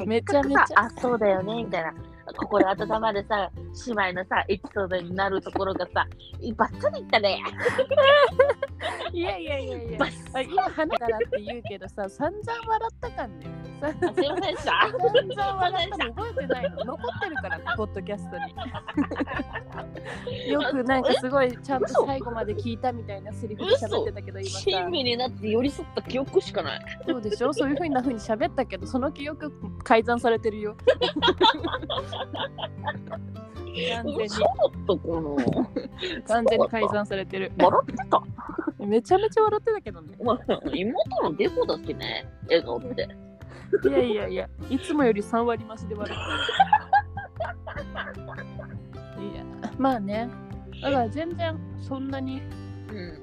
A: めちゃめちゃ
B: あ、そうだよね、みたいな。ここで温まるさ、姉妹のさ、エピソードになるところがさ、バッサリいったね。
A: いやいやいやいや
B: バ。ッサリ。
A: 今花からって言うけどさ散々笑ったかんね。さ
B: あすいませんでした。
A: 散々笑ったの覚えてない の残ってるからポッドキャスト に。よくなんかすごいちゃんと最後まで聞いたみたいなセリフで喋ってたけど今さ
B: 親。身になって寄り添った記憶しかない。
A: そうでしょそういうふうなふうに喋ったけどその記憶改ざんされてるよ。完全に
B: そうだったか
A: 完全に改ざんされてる。
B: な。笑ってた。
A: めちゃめちゃ笑ってたけどね。
B: まあ妹のデコだしね、笑顔って。
A: いやいやいや、いつもより3割増しで笑ってる。いや、まあね。だから全然そんなに、
B: うん。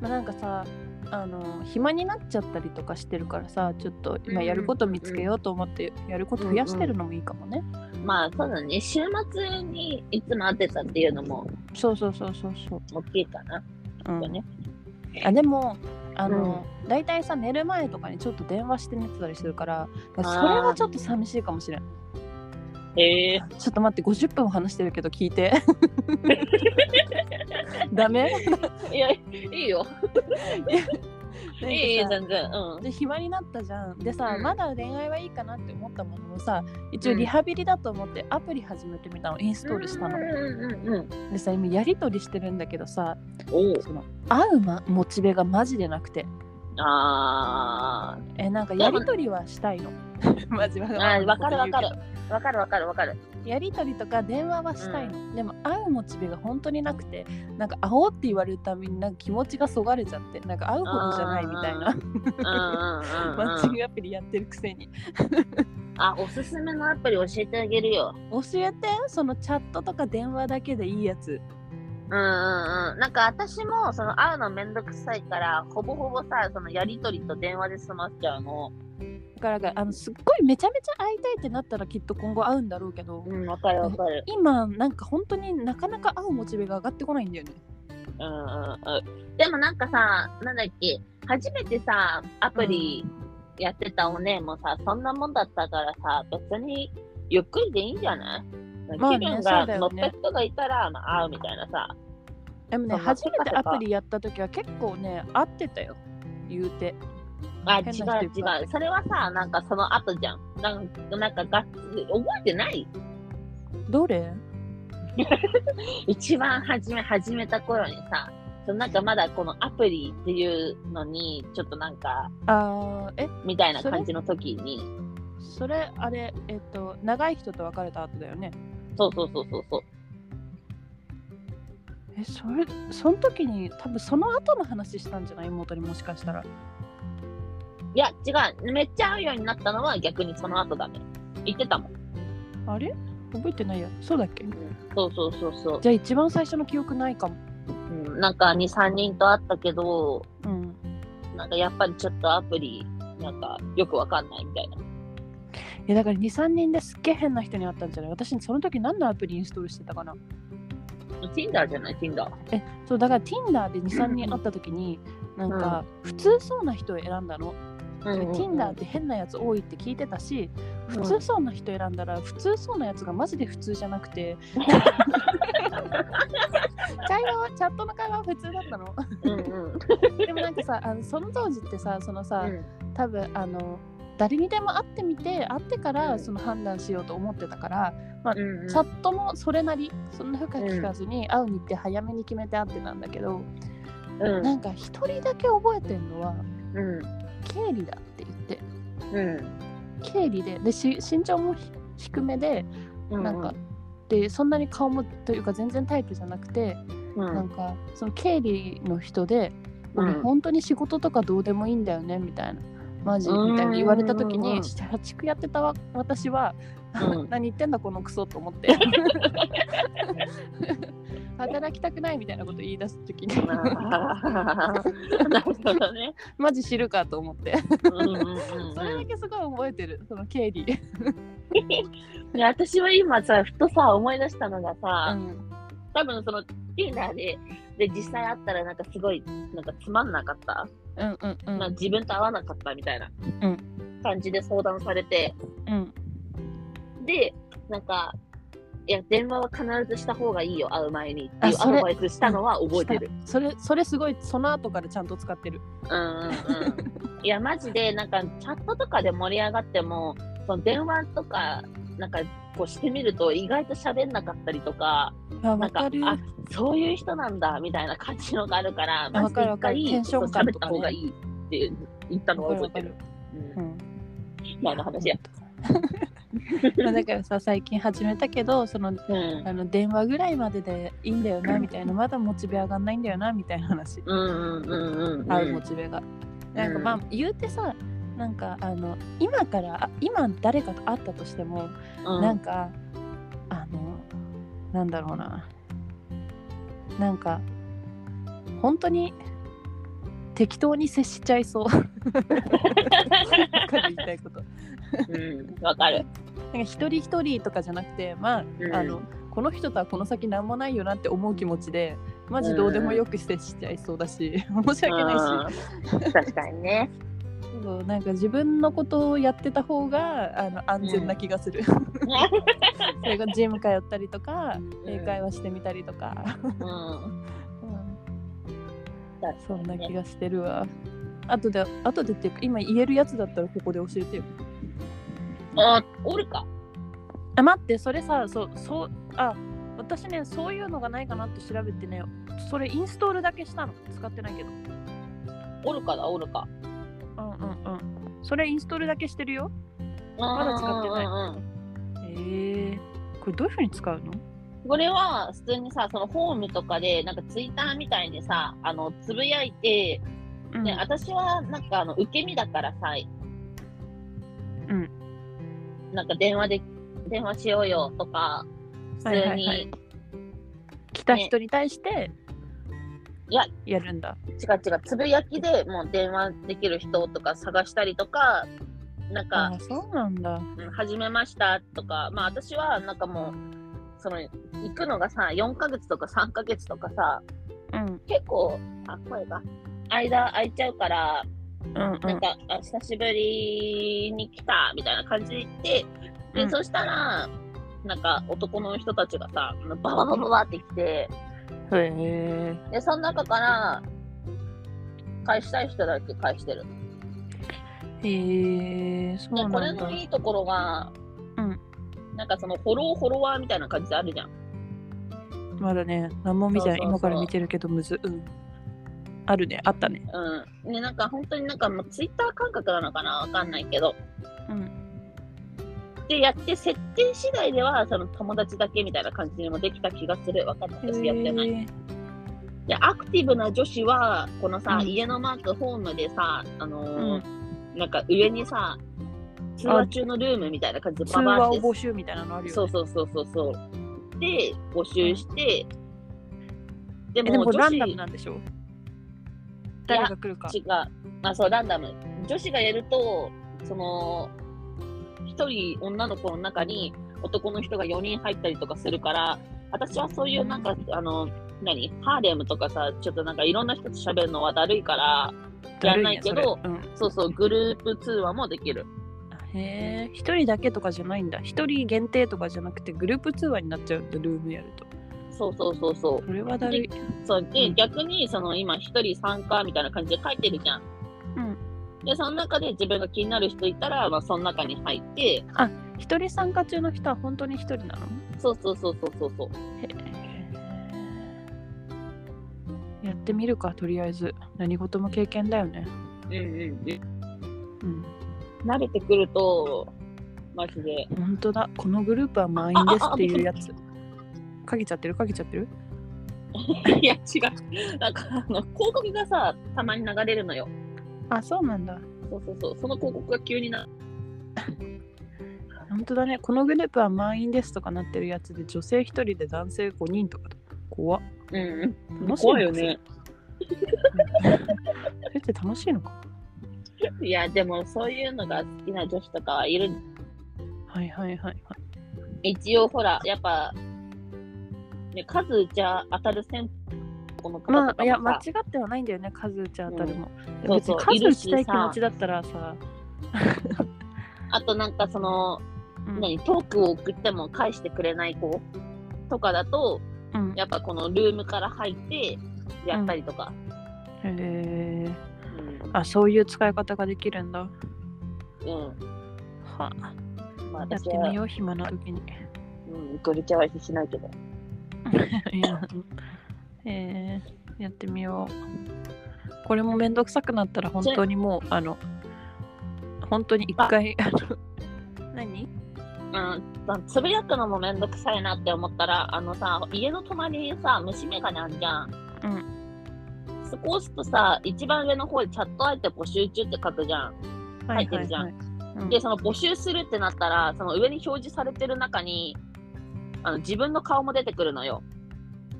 A: まあ、なんかさ、あの暇になっちゃったりとかしてるからさちょっと今やること見つけようと思ってやること増やしてるのもいいかもね、
B: まあ、そうだね。週末にいつも会ってたっていうのも
A: そうそうそうそうそう、
B: 大きいかな。
A: うん
B: ね。
A: あでもあの、大体さ寝る前とかにちょっと電話して寝てたりするからそれはちょっと寂しいかもしれん
B: へえ。
A: ちょっと待って50分話してるけど聞い てダメ
B: いや、いいよ。いい、いい、全然。うん。
A: で暇になったじゃんでさ、
B: うん
A: まだ恋愛はいいかなって思ったもののさ一応
B: うん
A: リハビリだと思ってアプリ始めてみたのインストールしたの、
B: うんうんうんうん。
A: でさ今やり取りしてるんだけどさ
B: おう
A: その会う、ま、モチベがマジでなくて
B: あ
A: えなんかやり取りはしたいのマジわ
B: あわかるわかる
A: わかる
B: わかるわかるわかる。
A: やりとりとか電話はしたいの、でも会うモチベが本当になくてなんか会おうって言われるたびになんか気持ちがそがれちゃってなんか会うほどじゃないみたいな
B: うん うんうんうん
A: マッチングアプリやってるくせに
B: あ、おすすめのアプリ教えてあげるよ。
A: 教えてそのチャットとか電話だけでいいやつ
B: うんうんうん。なんか私も、その会うのめんどくさいから、ほぼほぼさ、そのやりとりと電話で済ませちゃうの。
A: だからなんかあのすっごいめちゃめちゃ会いたいってなったらきっと今後会うんだろうけど、
B: うん、わかるわかる。
A: 今なんか本当になかなか会うモチベが上がってこないんだよね
B: うんうんうん。でもなんかさ、なんだっけ、初めてさ、アプリやってたお姉もさ、そんなもんだったからさ、別にゆっくりでいいんじゃない
A: まあ
B: 気
A: ね
B: 分
A: そ
B: が
A: うだ
B: 乗
A: よ
B: っ
A: ね
B: た人がいたら、まあ、会うみたいなさ。
A: でもね
B: そう
A: 初めて
B: まあ
A: アプリやった時は結構ね合ってたよ言うて
B: あ、違
A: 変
B: う
A: な人いっぱい
B: 違う。それはさ、なんかその後じゃん。なんか、なんかがっつり覚えてない
A: どれ
B: 一番始め、始めた頃にさ、そのなんかまだこのアプリっていうのに、ちょっとなんか、
A: あーえ
B: みたいな感じの時に、
A: それあれえっと長い人と別れた後だよね
B: そうそうそうそうそう。
A: えそれその時に多分その後の話したんじゃない妹にもしかしたら
B: いや、違う。めっちゃ会うようになったのは逆にその後だね。言ってたもん。
A: あれ覚えてないやそうだっけ
B: そうそうそうそう。
A: じゃあ一番最初の記憶ないかも
B: うん、なんか2、3人と会ったけど、
A: うん
B: なんかやっぱりちょっとアプリ、なんかよくわかんないみたいな。
A: いやだから23人ですっげえ変な人に会ったんじゃない私その時何のアプリインストールしてたかな
B: Tinder じゃない ?Tinder。
A: えそうだから Tinder で23人会った時になんか普通そうな人を選んだの、
B: うんうんうん
A: Tinder って変なやつ多いって聞いてたし普通そうな人選んだら普通そうなやつがマジで普通じゃなく て会話はチャットの会話は普通だったの
B: うんうん。
A: でもなんかさあのその当時ってさそのさ、多分あの誰にでも会ってみて会ってか
B: う
A: ら
B: ん
A: その判断しようと思ってたから、
B: うんうん
A: チャットもそれなりそんな深く聞かずに会うにって早めに決めて会ってたんだけど、
B: うん
A: なんか一人だけ覚えてるのは
B: うん
A: 経理だって言って
B: うん
A: 経理ででし身長もひ低めで
B: う
A: なんか、でそんなに顔もというか全然タイプじゃなくて、
B: うん
A: なんかその経理の人で、
B: うん
A: 俺本当に仕事とかどうでもいいんだよねみたいなマジ
B: うん
A: みたいに言われた時
B: うん
A: に社畜やってたわ私は、
B: うん
A: 何言ってんだこのクソと思って 働きたくないみたいなこと言い出す時に
B: なるほどね。
A: マジ知るかと思って
B: うんうんうん
A: それだけすごい覚えてるその経理、
B: いや私は今さ、ふとさ、思い出したのが
A: う
B: さ、
A: ん、
B: 多分その Tinder で、で、実際会ったらなんかすごい、なんかつまんなかった、
A: うんうんうん
B: なんか自分と合わなかったみたいな
A: う
B: 感じで相談されて、
A: うん
B: で、なんか、いや、電話は必ずした方がいいよ、会う前にっていう
A: あ
B: ア
A: それ
B: ドバイスしたのは覚えてる。
A: それそれすごいその後からちゃんと使ってる
B: うんうんうんいや、マジで、なんか、チャットとかで盛り上がっても、その電話とか、なんか、こうしてみると、意外と喋んなかったりとか、
A: あ
B: なん
A: わ
B: か、
A: かる
B: あ、そういう人なんだ、みたいな感じのがあるから、マジで
A: わか
B: 一
A: るわかる
B: 回、
A: テンション感
B: そう喋
A: と
B: った
A: かね
B: 方がいいって言ったのは覚えてる。う
A: うんん
B: まああの話や。
A: まあだからさ最近始めたけどその
B: うん。
A: あの電話ぐらいまででいいんだよなみたいなまだモチベ上がんないんだよなみたいな話
B: うんうんうんうん。
A: 合うモチベが、なんかま
B: う
A: あ言うてさなんかあの今からあ今誰かと会ったとしても、
B: うん
A: なんかあのなんだろうななんか本当に適当に接しちゃい そうわかる言いたいこと
B: うん。わかる。
A: なんか一人一人とかじゃなくて、まあ
B: うん
A: あのこの人とはこの先何もないよなって思う気持ちでマジどうでもよく接しちゃいそうだし、 申し訳ないし
B: うん確か にね。
A: そうなんか自分のことをやってた方があの安全な気がす る、それがジム通ったりとか英会話してみたりとか、
B: うん。
A: そんな気がしてるわ。あとであとでっていうか今言えるやつだったらここで教えてよ
B: あ、おるか。
A: あ待ってそれさそうそうあ私ねそういうのがないかなって調べてねそれインストールだけしたの使ってないけど
B: おるかだ、おるか。
A: うんうんうんそれインストールだけしてるよ
B: ま
A: だ使ってない
B: い。
A: ええこれどういうふうに使うの
B: これは普通にさ、そのホームとかで、なんかツイッターみたいにさ、あの、つぶやいて、
A: うん
B: ね、私はなんかあの、受け身だからさ、
A: うん。
B: なんか電話で、電話しようよとか、普通に、
A: はいいはいはい来た人に対して
B: いや
A: やるんだ。
B: 違う違う、つぶやきでもう電話できる人とか探したりとか、なんか
A: あ、あそうなんだ。
B: うん始めましたとか、まあ私はなんかもう、その、行くのがさ、4ヶ月とか3ヶ月とかさ、
A: うん
B: 結構、あ、声が、間空いちゃうから、
A: うんう
B: なん
A: ん。
B: か、あ久しぶりに来たみたいな感じで行って、で、
A: うん
B: そしたら、なんか男の人たちがさ、バババババって来て、
A: へえ。
B: で、その中から、返したい人だけ返してる。
A: へえ、そう
B: で、
A: なん
B: これの
A: だ。
B: いいところが、
A: うん
B: なんかそのフォローフォロワーみたいな感じであるじゃん。
A: まだね、何も見てない。
B: そうそうそ
A: 今か
B: う
A: ら見てるけど、むず。うん。あるね、あったね。
B: うん。で、なんか本当になんかもうツイッター感覚なのかなわかんないけど。
A: うん。
B: で、やって、設定次第では、その友達だけみたいな感じにもできた気がする。わかんない。私やってない。
A: へえ
B: で、アクティブな女子は、このさ、
A: うん
B: 家のマーク、ホームでさ、あ
A: う
B: のー
A: ん。
B: なんか上にさ、通話中のルームみたいな感じで
A: 通
B: ババ
A: 話
B: ー
A: を
B: って
A: 募集みたいなのあるよ、ね。
B: そうそうそうそうそう。で、募集して、で
A: えで
B: も
A: も
B: 女
A: ラ
B: 子
A: ンダムなんでしょ誰が来るか。
B: 違う。あ、そう、ランダム。女子がやると、その、一人女の子の中に男の人が4人入ったりとかするから、私はそういうなんか、あの、何ハーレムとかさ、ちょっとなんかいろんな人と喋るのはだるいから、やんないけど
A: だるいね
B: そうそう、グループ通話もできる。
A: それうん、へえ、一人だけとかじゃないんだ。一人限定とかじゃなくて、グループ通話になっちゃうんだ、ルームやると。
B: そうそうそうそ
A: それはだるい。
B: う。そうで、
A: うん
B: 逆に、その今一人参加みたいな感じで書いてるじゃん。
A: うん。
B: で、その中で自分が気になる人いたら、まあ、その中に入って、
A: 一人参加中の人は本当に一人なの
B: そうそうそうそうそうそう。
A: やってみるか、とりあえず。何事も経験だよね。
B: うんうんうん。
A: うん。
B: 慣れてくると、マジで。
A: 本当だ。このグループは満員ですっていうやつ。かけちゃってるかけちゃってる
B: いや、違う。なんか、あの、広告がさ、たまに流れるのよ。
A: あ、そうなんだ。
B: そうそうそう。その広告が急にな。
A: 本当だね。このグループは満員ですとかなってるやつで、女性一人で男性5人とかだ。 怖っ。
B: うんう
A: 楽
B: ん。
A: しいの
B: 怖いよね。
A: それって楽しいのか
B: いや、でも、そういうのが好きな女子とかはいる。
A: はいはいはいは
B: 一応、ほら、やっぱ、ね、数じゃ当たる先この
A: い。
B: 方
A: まあ、い
B: とかもさ
A: や、間違ってはないんだよね、数打ち当たるも。
B: うん
A: 別に
B: そうそうい
A: 数
B: る
A: 打
B: し
A: ちたい気
B: さ
A: 持ちだったらさ、
B: あとなんかその、
A: うん
B: 何、トークを送っても返してくれない子とかだと、
A: うん、
B: やっぱこのルームから入って、やったりとか。
A: へえ
B: うん。
A: あ、そういう使い方ができるんだ。
B: うん。
A: はあ、
B: ま
A: や
B: あ、
A: っ
B: 私
A: て
B: は
A: み、よう、暇な時に。
B: うん、ごりちゃわししないけど。
A: いやえーやってみよう。これもめんどくさくなったら本当にもう、あの、本当に一回、あの、何
B: うん、つぶやくのもめんどくさいなって思ったら、あのさ、家の隣にさ、虫眼鏡あんじゃん。。
A: うん
B: そこ押すとさ、一番上の方にチャット相手募集中って書くじゃん。
A: は
B: 入ってるじゃん
A: うん
B: で、その募集するってなったら、その上に表示されてる中に、あの自分の顔も出てくるのよ。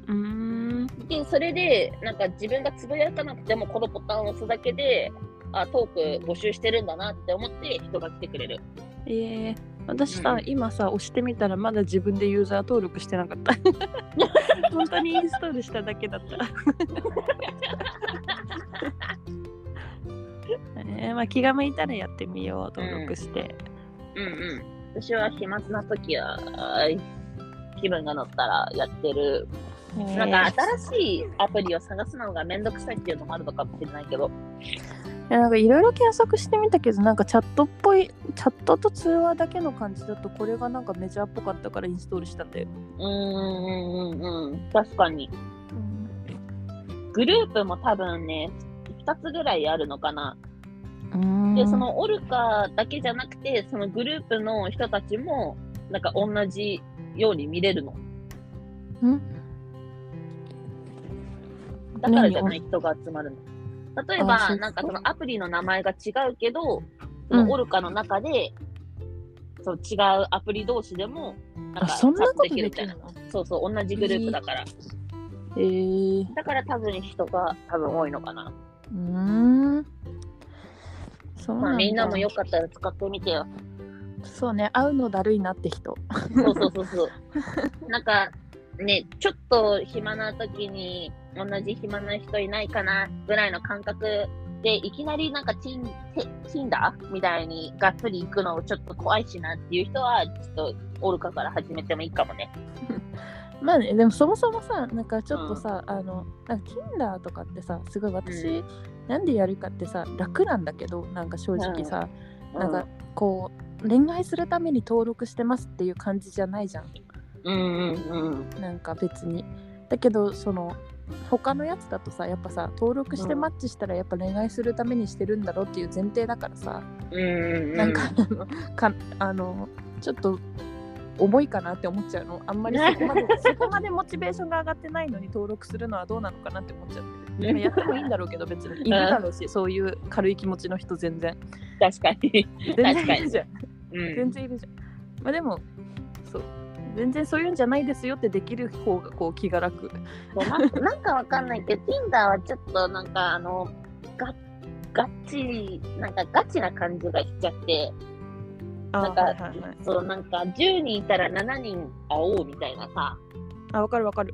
A: うーん。
B: で、それで、なんか自分がつぶやかなくても、このボタンを押すだけで、あ、トーク募集してるんだなって思って人が来てくれる。
A: えー私さ、
B: うん
A: 今さ押してみたらまだ自分でユーザー登録してなかっ た本当にインストールしただけだったえーまあ、気が向いたらやってみよう登録して、
B: うんうん。私は暇な時は、あー気分が乗ったらやってる。
A: えー
B: なんか新しいアプリを探すのがめんどくさいっていうのもあるのかもしれないけど。
A: いやなんかいろいろ検索してみたけどなんかチャットっぽいチャットと通話だけの感じだとこれがなんかメジャーっぽかったからインストールしたんだよ、
B: うーんうんうん。確かに。
A: うん、
B: グループも多分ね、2つぐらいあるのかな。
A: うん
B: でそのオルカだけじゃなくてそのグループの人たちもなんか同じように見れるの
A: うん
B: だからじゃない人が集まるの
A: あ
B: 例え
A: そう
B: ば
A: そう
B: なんかそのアプリの名前が違うけどそ
A: うん
B: のオルカの中で、そう違うアプリ同士でもなん
A: あ
B: か
A: そんなこと
B: チャット
A: で
B: み
A: き
B: たい
A: る
B: な
A: の
B: そうそう同じグループだから、
A: えー、
B: だから多分人が多分多いのかな、
A: うーんそう
B: ま
A: な
B: あ、
A: だ
B: みんなもよかったら使ってみてよ
A: そうね会うのだるいなって人
B: そうそうそうそう。なんか、ね、ちょっと暇な時に、同じ暇な人いないかな、ぐらいの感覚で、いきなりなんかチン、テチンダーみたいに、がっつり行くのちょっと怖いしなっていう人は、ちょっと、オルカから始めてもいいかもね。
A: まあねでもそもそもさなんかちょっとさ、あのなんか Tinder とかってさすごい私、
B: う
A: なんでやるかってさ楽なんだけどなんか正直さ、
B: う
A: なんか、こう恋愛するために登録してますっていう感じじゃないじゃん
B: うんうんうん。
A: なんか別にだけどその他のやつだとさやっぱさ登録して
B: うん
A: マッチしたらやっぱ恋愛するためにしてるんだろうっていう前提だからさ、
B: うんうん。
A: なんかあのかあのちょっと重いかなって思っちゃうのあんまりそこま でそこまでモチベーションが上がってないのに登録するのはどうなのかなって思っちゃってる、まあやってもいいんだろうけど別にいるだろうしそういう軽い気持ちの人全然
B: 確かに。
A: 全然
B: 確かに
A: いるじゃん
B: うん
A: 全。然いるじゃんまあでもそう全然そういうんじゃないですよってできる方がこう気が楽
B: そうななんかわかんないけど、Tinder はちょっとなんかあの、が、ガチ、なんかガチな感じがしちゃって、
A: あ
B: なんか、
A: はいはいはい
B: そう、なんか10人いたら7人会おうみたいなさ、
A: あわかるわかる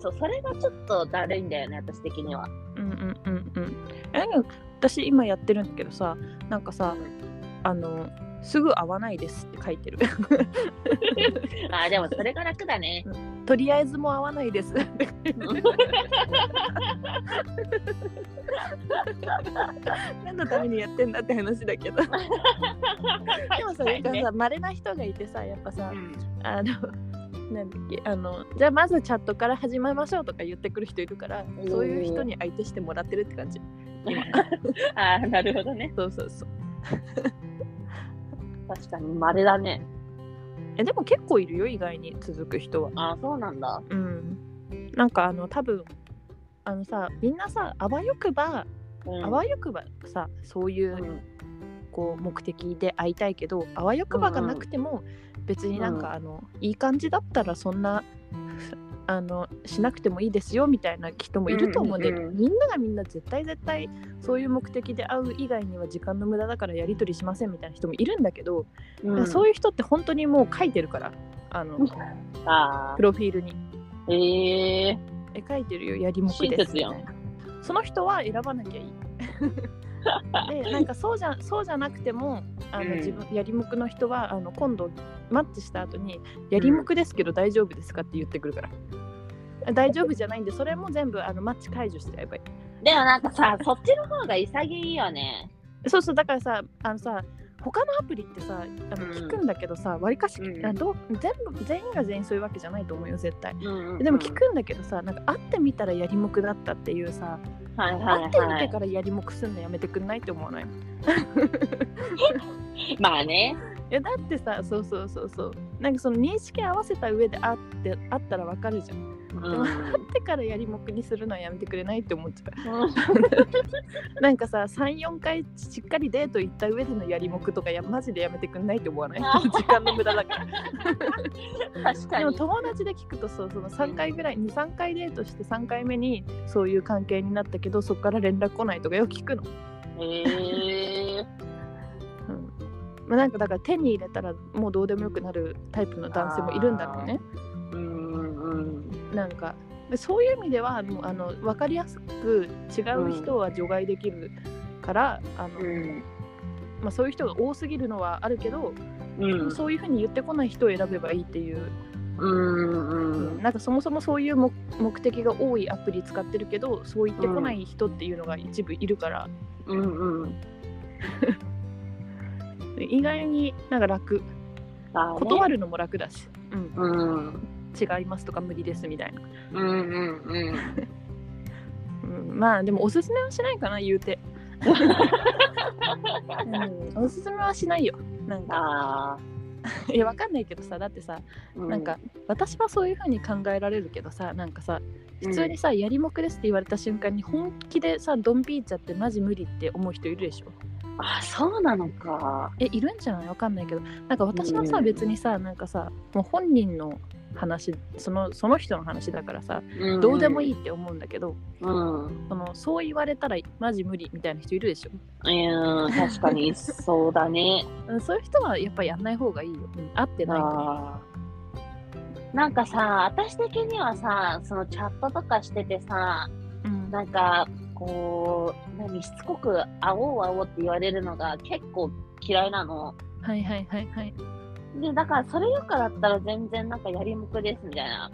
B: そう、それがちょっとだるいんだよね、私的には。
A: うんうんうんうんえなんか私今やってるんだけどさなんかさあのすぐ会わないですって書いてる
B: あーでもそれが楽だね。
A: とりあえずもう会わない です って何のためにやってんだって話だけどでもさな
B: は
A: ん
B: い
A: か
B: ね
A: さまれな人がいてさやっぱさ
B: うん
A: あの なんだっけあのじゃあまずチャットから始めましょうとか言ってくる人いるから
B: ん
A: そういう人に相手してもらってるって感 じ
B: あーなるほどね。
A: そうそうそう
B: 確かに、稀だね。
A: えでも結構いるよ意外に続く人は
B: あーそうなんだ。
A: うんなんかあの多分あのさみんなさあわよくば
B: うん
A: あわよくばさそういううんこう目的で会いたいけどあわよくばがなくても別になん
B: う
A: かあのいい感じだったらそんな ふあのしなくてもいいですよみたいな人もいると思うんで
B: うんうんうん
A: みんながみんな絶対絶対そういう目的で会う以外には時間の無駄だからやり取りしませんみたいな人もいるんだけど、
B: うん、
A: そういう人って本当にもう書いてるからあの
B: あ
A: プロフィールに
B: ーええ
A: え書いてるよやりもくで
B: 親
A: す
B: 切やん
A: みたいなその人は選ばなきゃいい でなんかそうじゃそうじゃなくてもあの、
B: うん
A: 自分やりもくの人はあの今度マッチした後にやりもくですけど大丈夫ですかって言ってくるから、大丈夫じゃないんでそれも全部あのマッチ解除しちゃえばいい
B: でもなんかさ、そっちの方が潔いよね。
A: そうそうだからさあのさ他のアプリってさあの
B: うん
A: 聞くんだけどさわり、かし、
B: うん
A: あどう全部全員が全員そういうわけじゃないと思うよ絶対
B: うんうんうん
A: でも聞、くんだけどさなんか会ってみたらやりもくだったっていうさ、
B: はいはい
A: 会ってみ
B: は
A: て
B: い。
A: からやりもくすんのやめてくんないって思わないい
B: まあね。
A: やだってさそうそうそうそうなんかその認識合わせた上で会って会ったらわかるじゃん
B: うん
A: 会ってからやりもくにするのはやめてくれないって思っちゃうなんかさ34回しっかりデート行った上でのやりもくとかやマジでやめてくんないって思 わない時間の無駄だから
B: 確か
A: でも
B: に。
A: 友達で聞くとそうその3回ぐらい23回デートして3回目にそういう関係になったけどそっから連絡来ないとかよく聞くの
B: ええ
A: うんまあ、なんかだから手に入れたらもうどうでもよくなるタイプの男性もいるんだろうね
B: うんうんうん。
A: なんかでそういう意味ではもうあの分かりやすく違う人は除外できるから、あの
B: うん
A: まあ、そういう人が多すぎるのはあるけど、
B: うん
A: そういうふうに言ってこない人を選べばいいっていう、
B: うんうん
A: なんかそもそもそういう目目的が多いアプリ使ってるけどそう言ってこない人っていうのが一部いるから、
B: うんうん
A: 意外になんか楽
B: あーね
A: 断るのも楽だし、うん、
B: うん
A: 違いますとか無理ですみたいな。
B: うんうんうん
A: う ん、まあでもおすすめはしないかな言うてうん、おすすめはしないよなんか
B: ああ、
A: いやわかんないけどさだってさ
B: う
A: なんか、私はそういう風に考えられるけどさなんかさ普通にさ、やりもくですって言われた瞬間に本気でさドンピーちゃってマジ無理って思う人いるでしょ
B: あそうなのか
A: えいるんじゃないわかんないけどなんか私はさ、
B: うん
A: 別にさなんかさもう本人の話そのその人の話だからさ
B: ん
A: どうでもいいって思うんだけど、
B: うん、
A: そのそう言われたらマジ無理みたいな人いるでしょ
B: うん、確かにそうだね
A: うんそういう人はやっぱりやんない方がいいよ、うん、合ってないと
B: あーなんかさ私的にはさそのチャットとかしててさ
A: うん
B: なんかこう何しつこく「会おう会おう」って言われるのが結構嫌いなの
A: はいはいはいはい
B: でだからそれよかだったら全然なんかやりもくですみたいな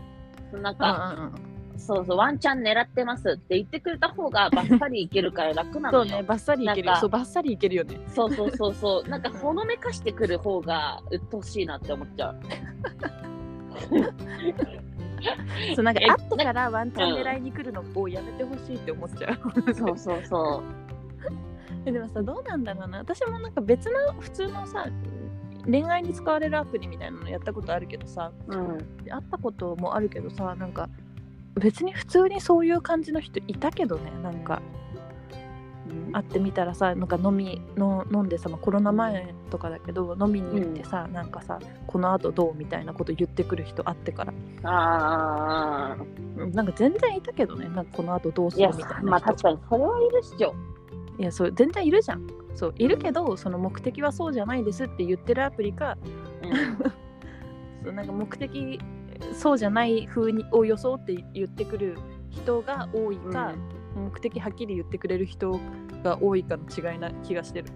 B: なんか、
A: あ
B: そうそう、ワンチャン狙ってますって言ってくれた方がばっさりいけるから楽な
A: そ
B: の
A: う
B: よ。
A: ねバッサリいけるよ
B: なんか
A: そうバッサリいけるよね
B: そうそうそうそう。なんかほのめかしてくる方が鬱陶しいなって思っちゃう。
A: そうなんか
B: え
A: あったからワンチャン狙いに来るのをやめてほしいって思っちゃう
B: そうそうそ
A: えでもさどうなんだろうな私もなんか別の普通のさ恋愛に使われるアプリみたいなのやったことあるけどさ
B: う。うん。
A: 会ったこともあるけどさなんか別に普通にそういう感じの人いたけどねなんか会ってみたらさなんか飲みの飲んでさ、まあコロナ前とかだけど飲みに行ってさ、なんかさこの後どうみたいなこと言ってくる人会ってから
B: ああ。
A: うんなんか全然いたけどねなんかこの後どうす
B: い
A: る
B: や
A: みたいな、人
B: まあ確かにそれはいるっしょ。
A: いやそう全然いるじゃんそういるけど、その目的はそうじゃないですって言ってるアプリかそうなんか目的そうじゃない風にを装って言ってくる人が多いか、目的はっきり言ってくれる人が多いかの違いな気がしてる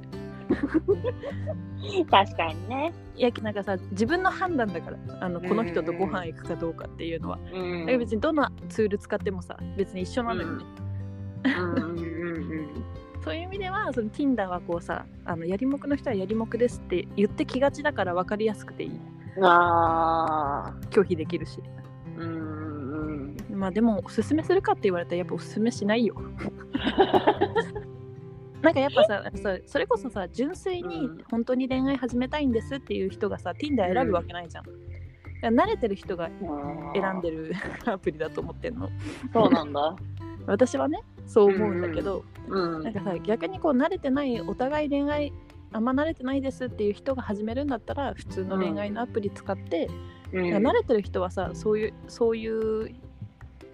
B: うん、確かにね。
A: いやなんかさ自分の判断だからあの
B: うん
A: この人とご飯行くかどうかっていうのは、
B: う
A: だ
B: ん。
A: から別にどのツール使ってもさ別に一緒なのよね、
B: うんうんうんうん
A: そういう意味ではその Tinder はこうさあのやりもくの人はやりもくですって言ってきがちだから分かりやすくていい
B: うん。ああ。
A: 拒否できるし
B: うんうん。
A: まあでもおすすめするかって言われたらやっぱおすすめしない よなんかやっぱさそうそれこそさ純粋に
B: うん
A: 本当に恋愛始めたいんですっていう人がさ Tinder 選ぶわけないじゃん、だから慣れてる人が選んでるアプリだと思ってんの
B: そうなんだ。
A: 私はねそう思うんだけど、
B: うん。
A: なんかさ逆にこう慣れてないお互い恋愛あんま慣れてないですっていう人が始めるんだったら普通の恋愛のアプリ使って、
B: うん
A: だから慣れてる人はさそういうそういう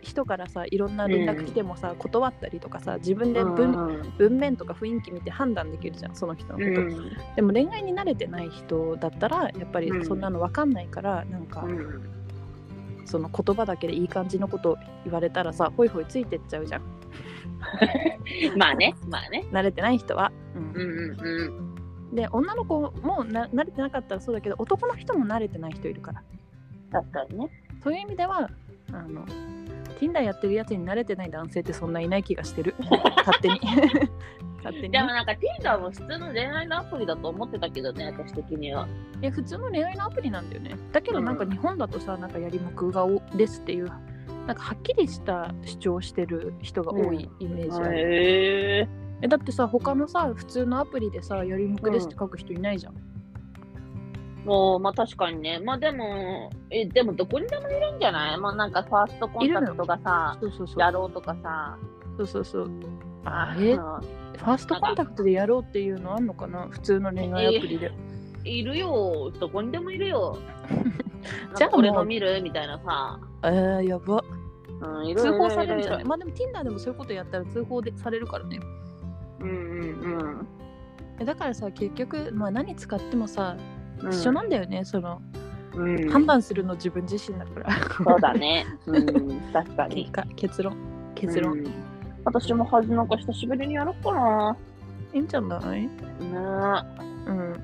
A: 人からさいろんな連絡来てもさ、断ったりとかさ自分で文,、
B: うん
A: 文面とか雰囲気見て判断できるじゃんその人のこ
B: う
A: と、
B: ん
A: でも恋愛に慣れてない人だったらやっぱり
B: うん
A: そんなの分かんないから、なんか
B: うん
A: その言葉だけでいい感じのこと言われたらさホイホイついてっちゃうじゃん
B: まあね、まあね。
A: 慣れてない人は。うん
B: うんうんうん。
A: で女の子もな慣れてなかったらそうだけど男の人も慣れてない人いるから
B: 確かにね。
A: そういう意味ではあの Tinder やってるやつに慣れてない男性ってそんないない気がして る勝手に勝手に
B: でも
A: ね
B: なんか Tinder も普通の恋愛のアプリだと思ってたけどね、私的には。
A: いや普通の恋愛のアプリなんだよねだけどなんか
B: うん
A: 日本だとさなんかやりもくがおですっていうなんかはっきりした主張してる人が多いイメージある、
B: へえ
A: えだってさ他のさ普通のアプリでさやりもくですって書く人いないじゃん、
B: もう、まあ確かにね。まあでも、え、でもどこにでもいるんじゃないまあなんかファーストコンタクトがさ、
A: そうそうそ
B: や
A: う
B: ろうとかさ。
A: そうそうそうあえファーストコンタクトでやろうっていうのあんのかな普通の恋愛アプリで。
B: うんいるよ。どこにでもいるよ。
A: じ
B: じ
A: ゃ
B: ゃ
A: あも
B: あ
A: う
B: 俺の見るみたいなさ。
A: えー、やば。
B: うん、いろい
A: 通
B: ろ
A: 報されるんじゃないいまあでも Tinder でもそういうことやったら通報でされるからね。
B: ろいろうんうん
A: えだからさ、結局、まあ何使ってもさ、
B: うん。
A: 一緒なんだよね、その、
B: うん、
A: 判断するの自分自身だから。
B: そうだね。 うん、確かに
A: 結。果、結論、結論。
B: うん私もはずなんか久しぶりにやろうかな。
A: いいんじゃない
B: ね
A: うん。
B: え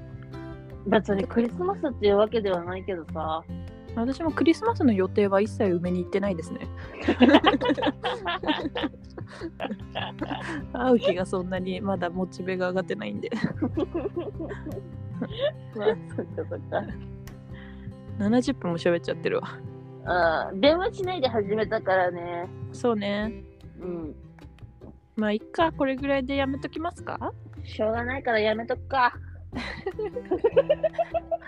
B: 別にクリスマスっていうわけではないけ どさ。
A: 私もクリスマスの予定は一切埋めに行ってないです ね。会う気がそんなにまだモチベが上がってないんで。
B: まあ、そっかそっ
A: 70分も喋っちゃってるわ。
B: か。うん、電話しないで始めたからね。
A: そうね。
B: うん。
A: まあいっかこれぐらいでやめときますか
B: しょうがないからやめとくか。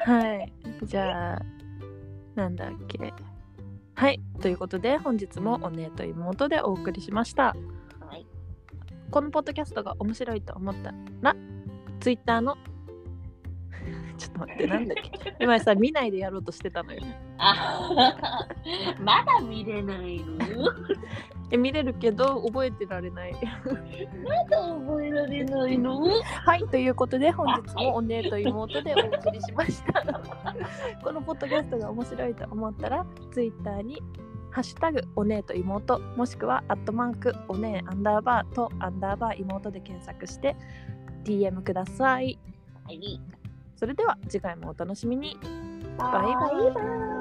A: はいじゃあなんだっけはいということで本日もお姉と妹でお送りしました
B: はい。
A: このポッドキャストが面白いと思ったら Twitter の ちょっと待ってなんだっけ今さ見ないでやろうとしてたのよ
B: あまだ見れないのま
A: え見れるけど覚えてられない
B: だ覚えられないの
A: はい、ということで本日もお姉と妹でお送りしました。 このポッドキャストが面白いと思ったら、ツイッターにハッシュタグお姉と妹もしくはアットマークお姉アンダーバーとアンダーバー妹で検索して DM ください。
B: はい。
A: それでは次回もお楽しみに。
B: バ
A: バイバイ
B: イ。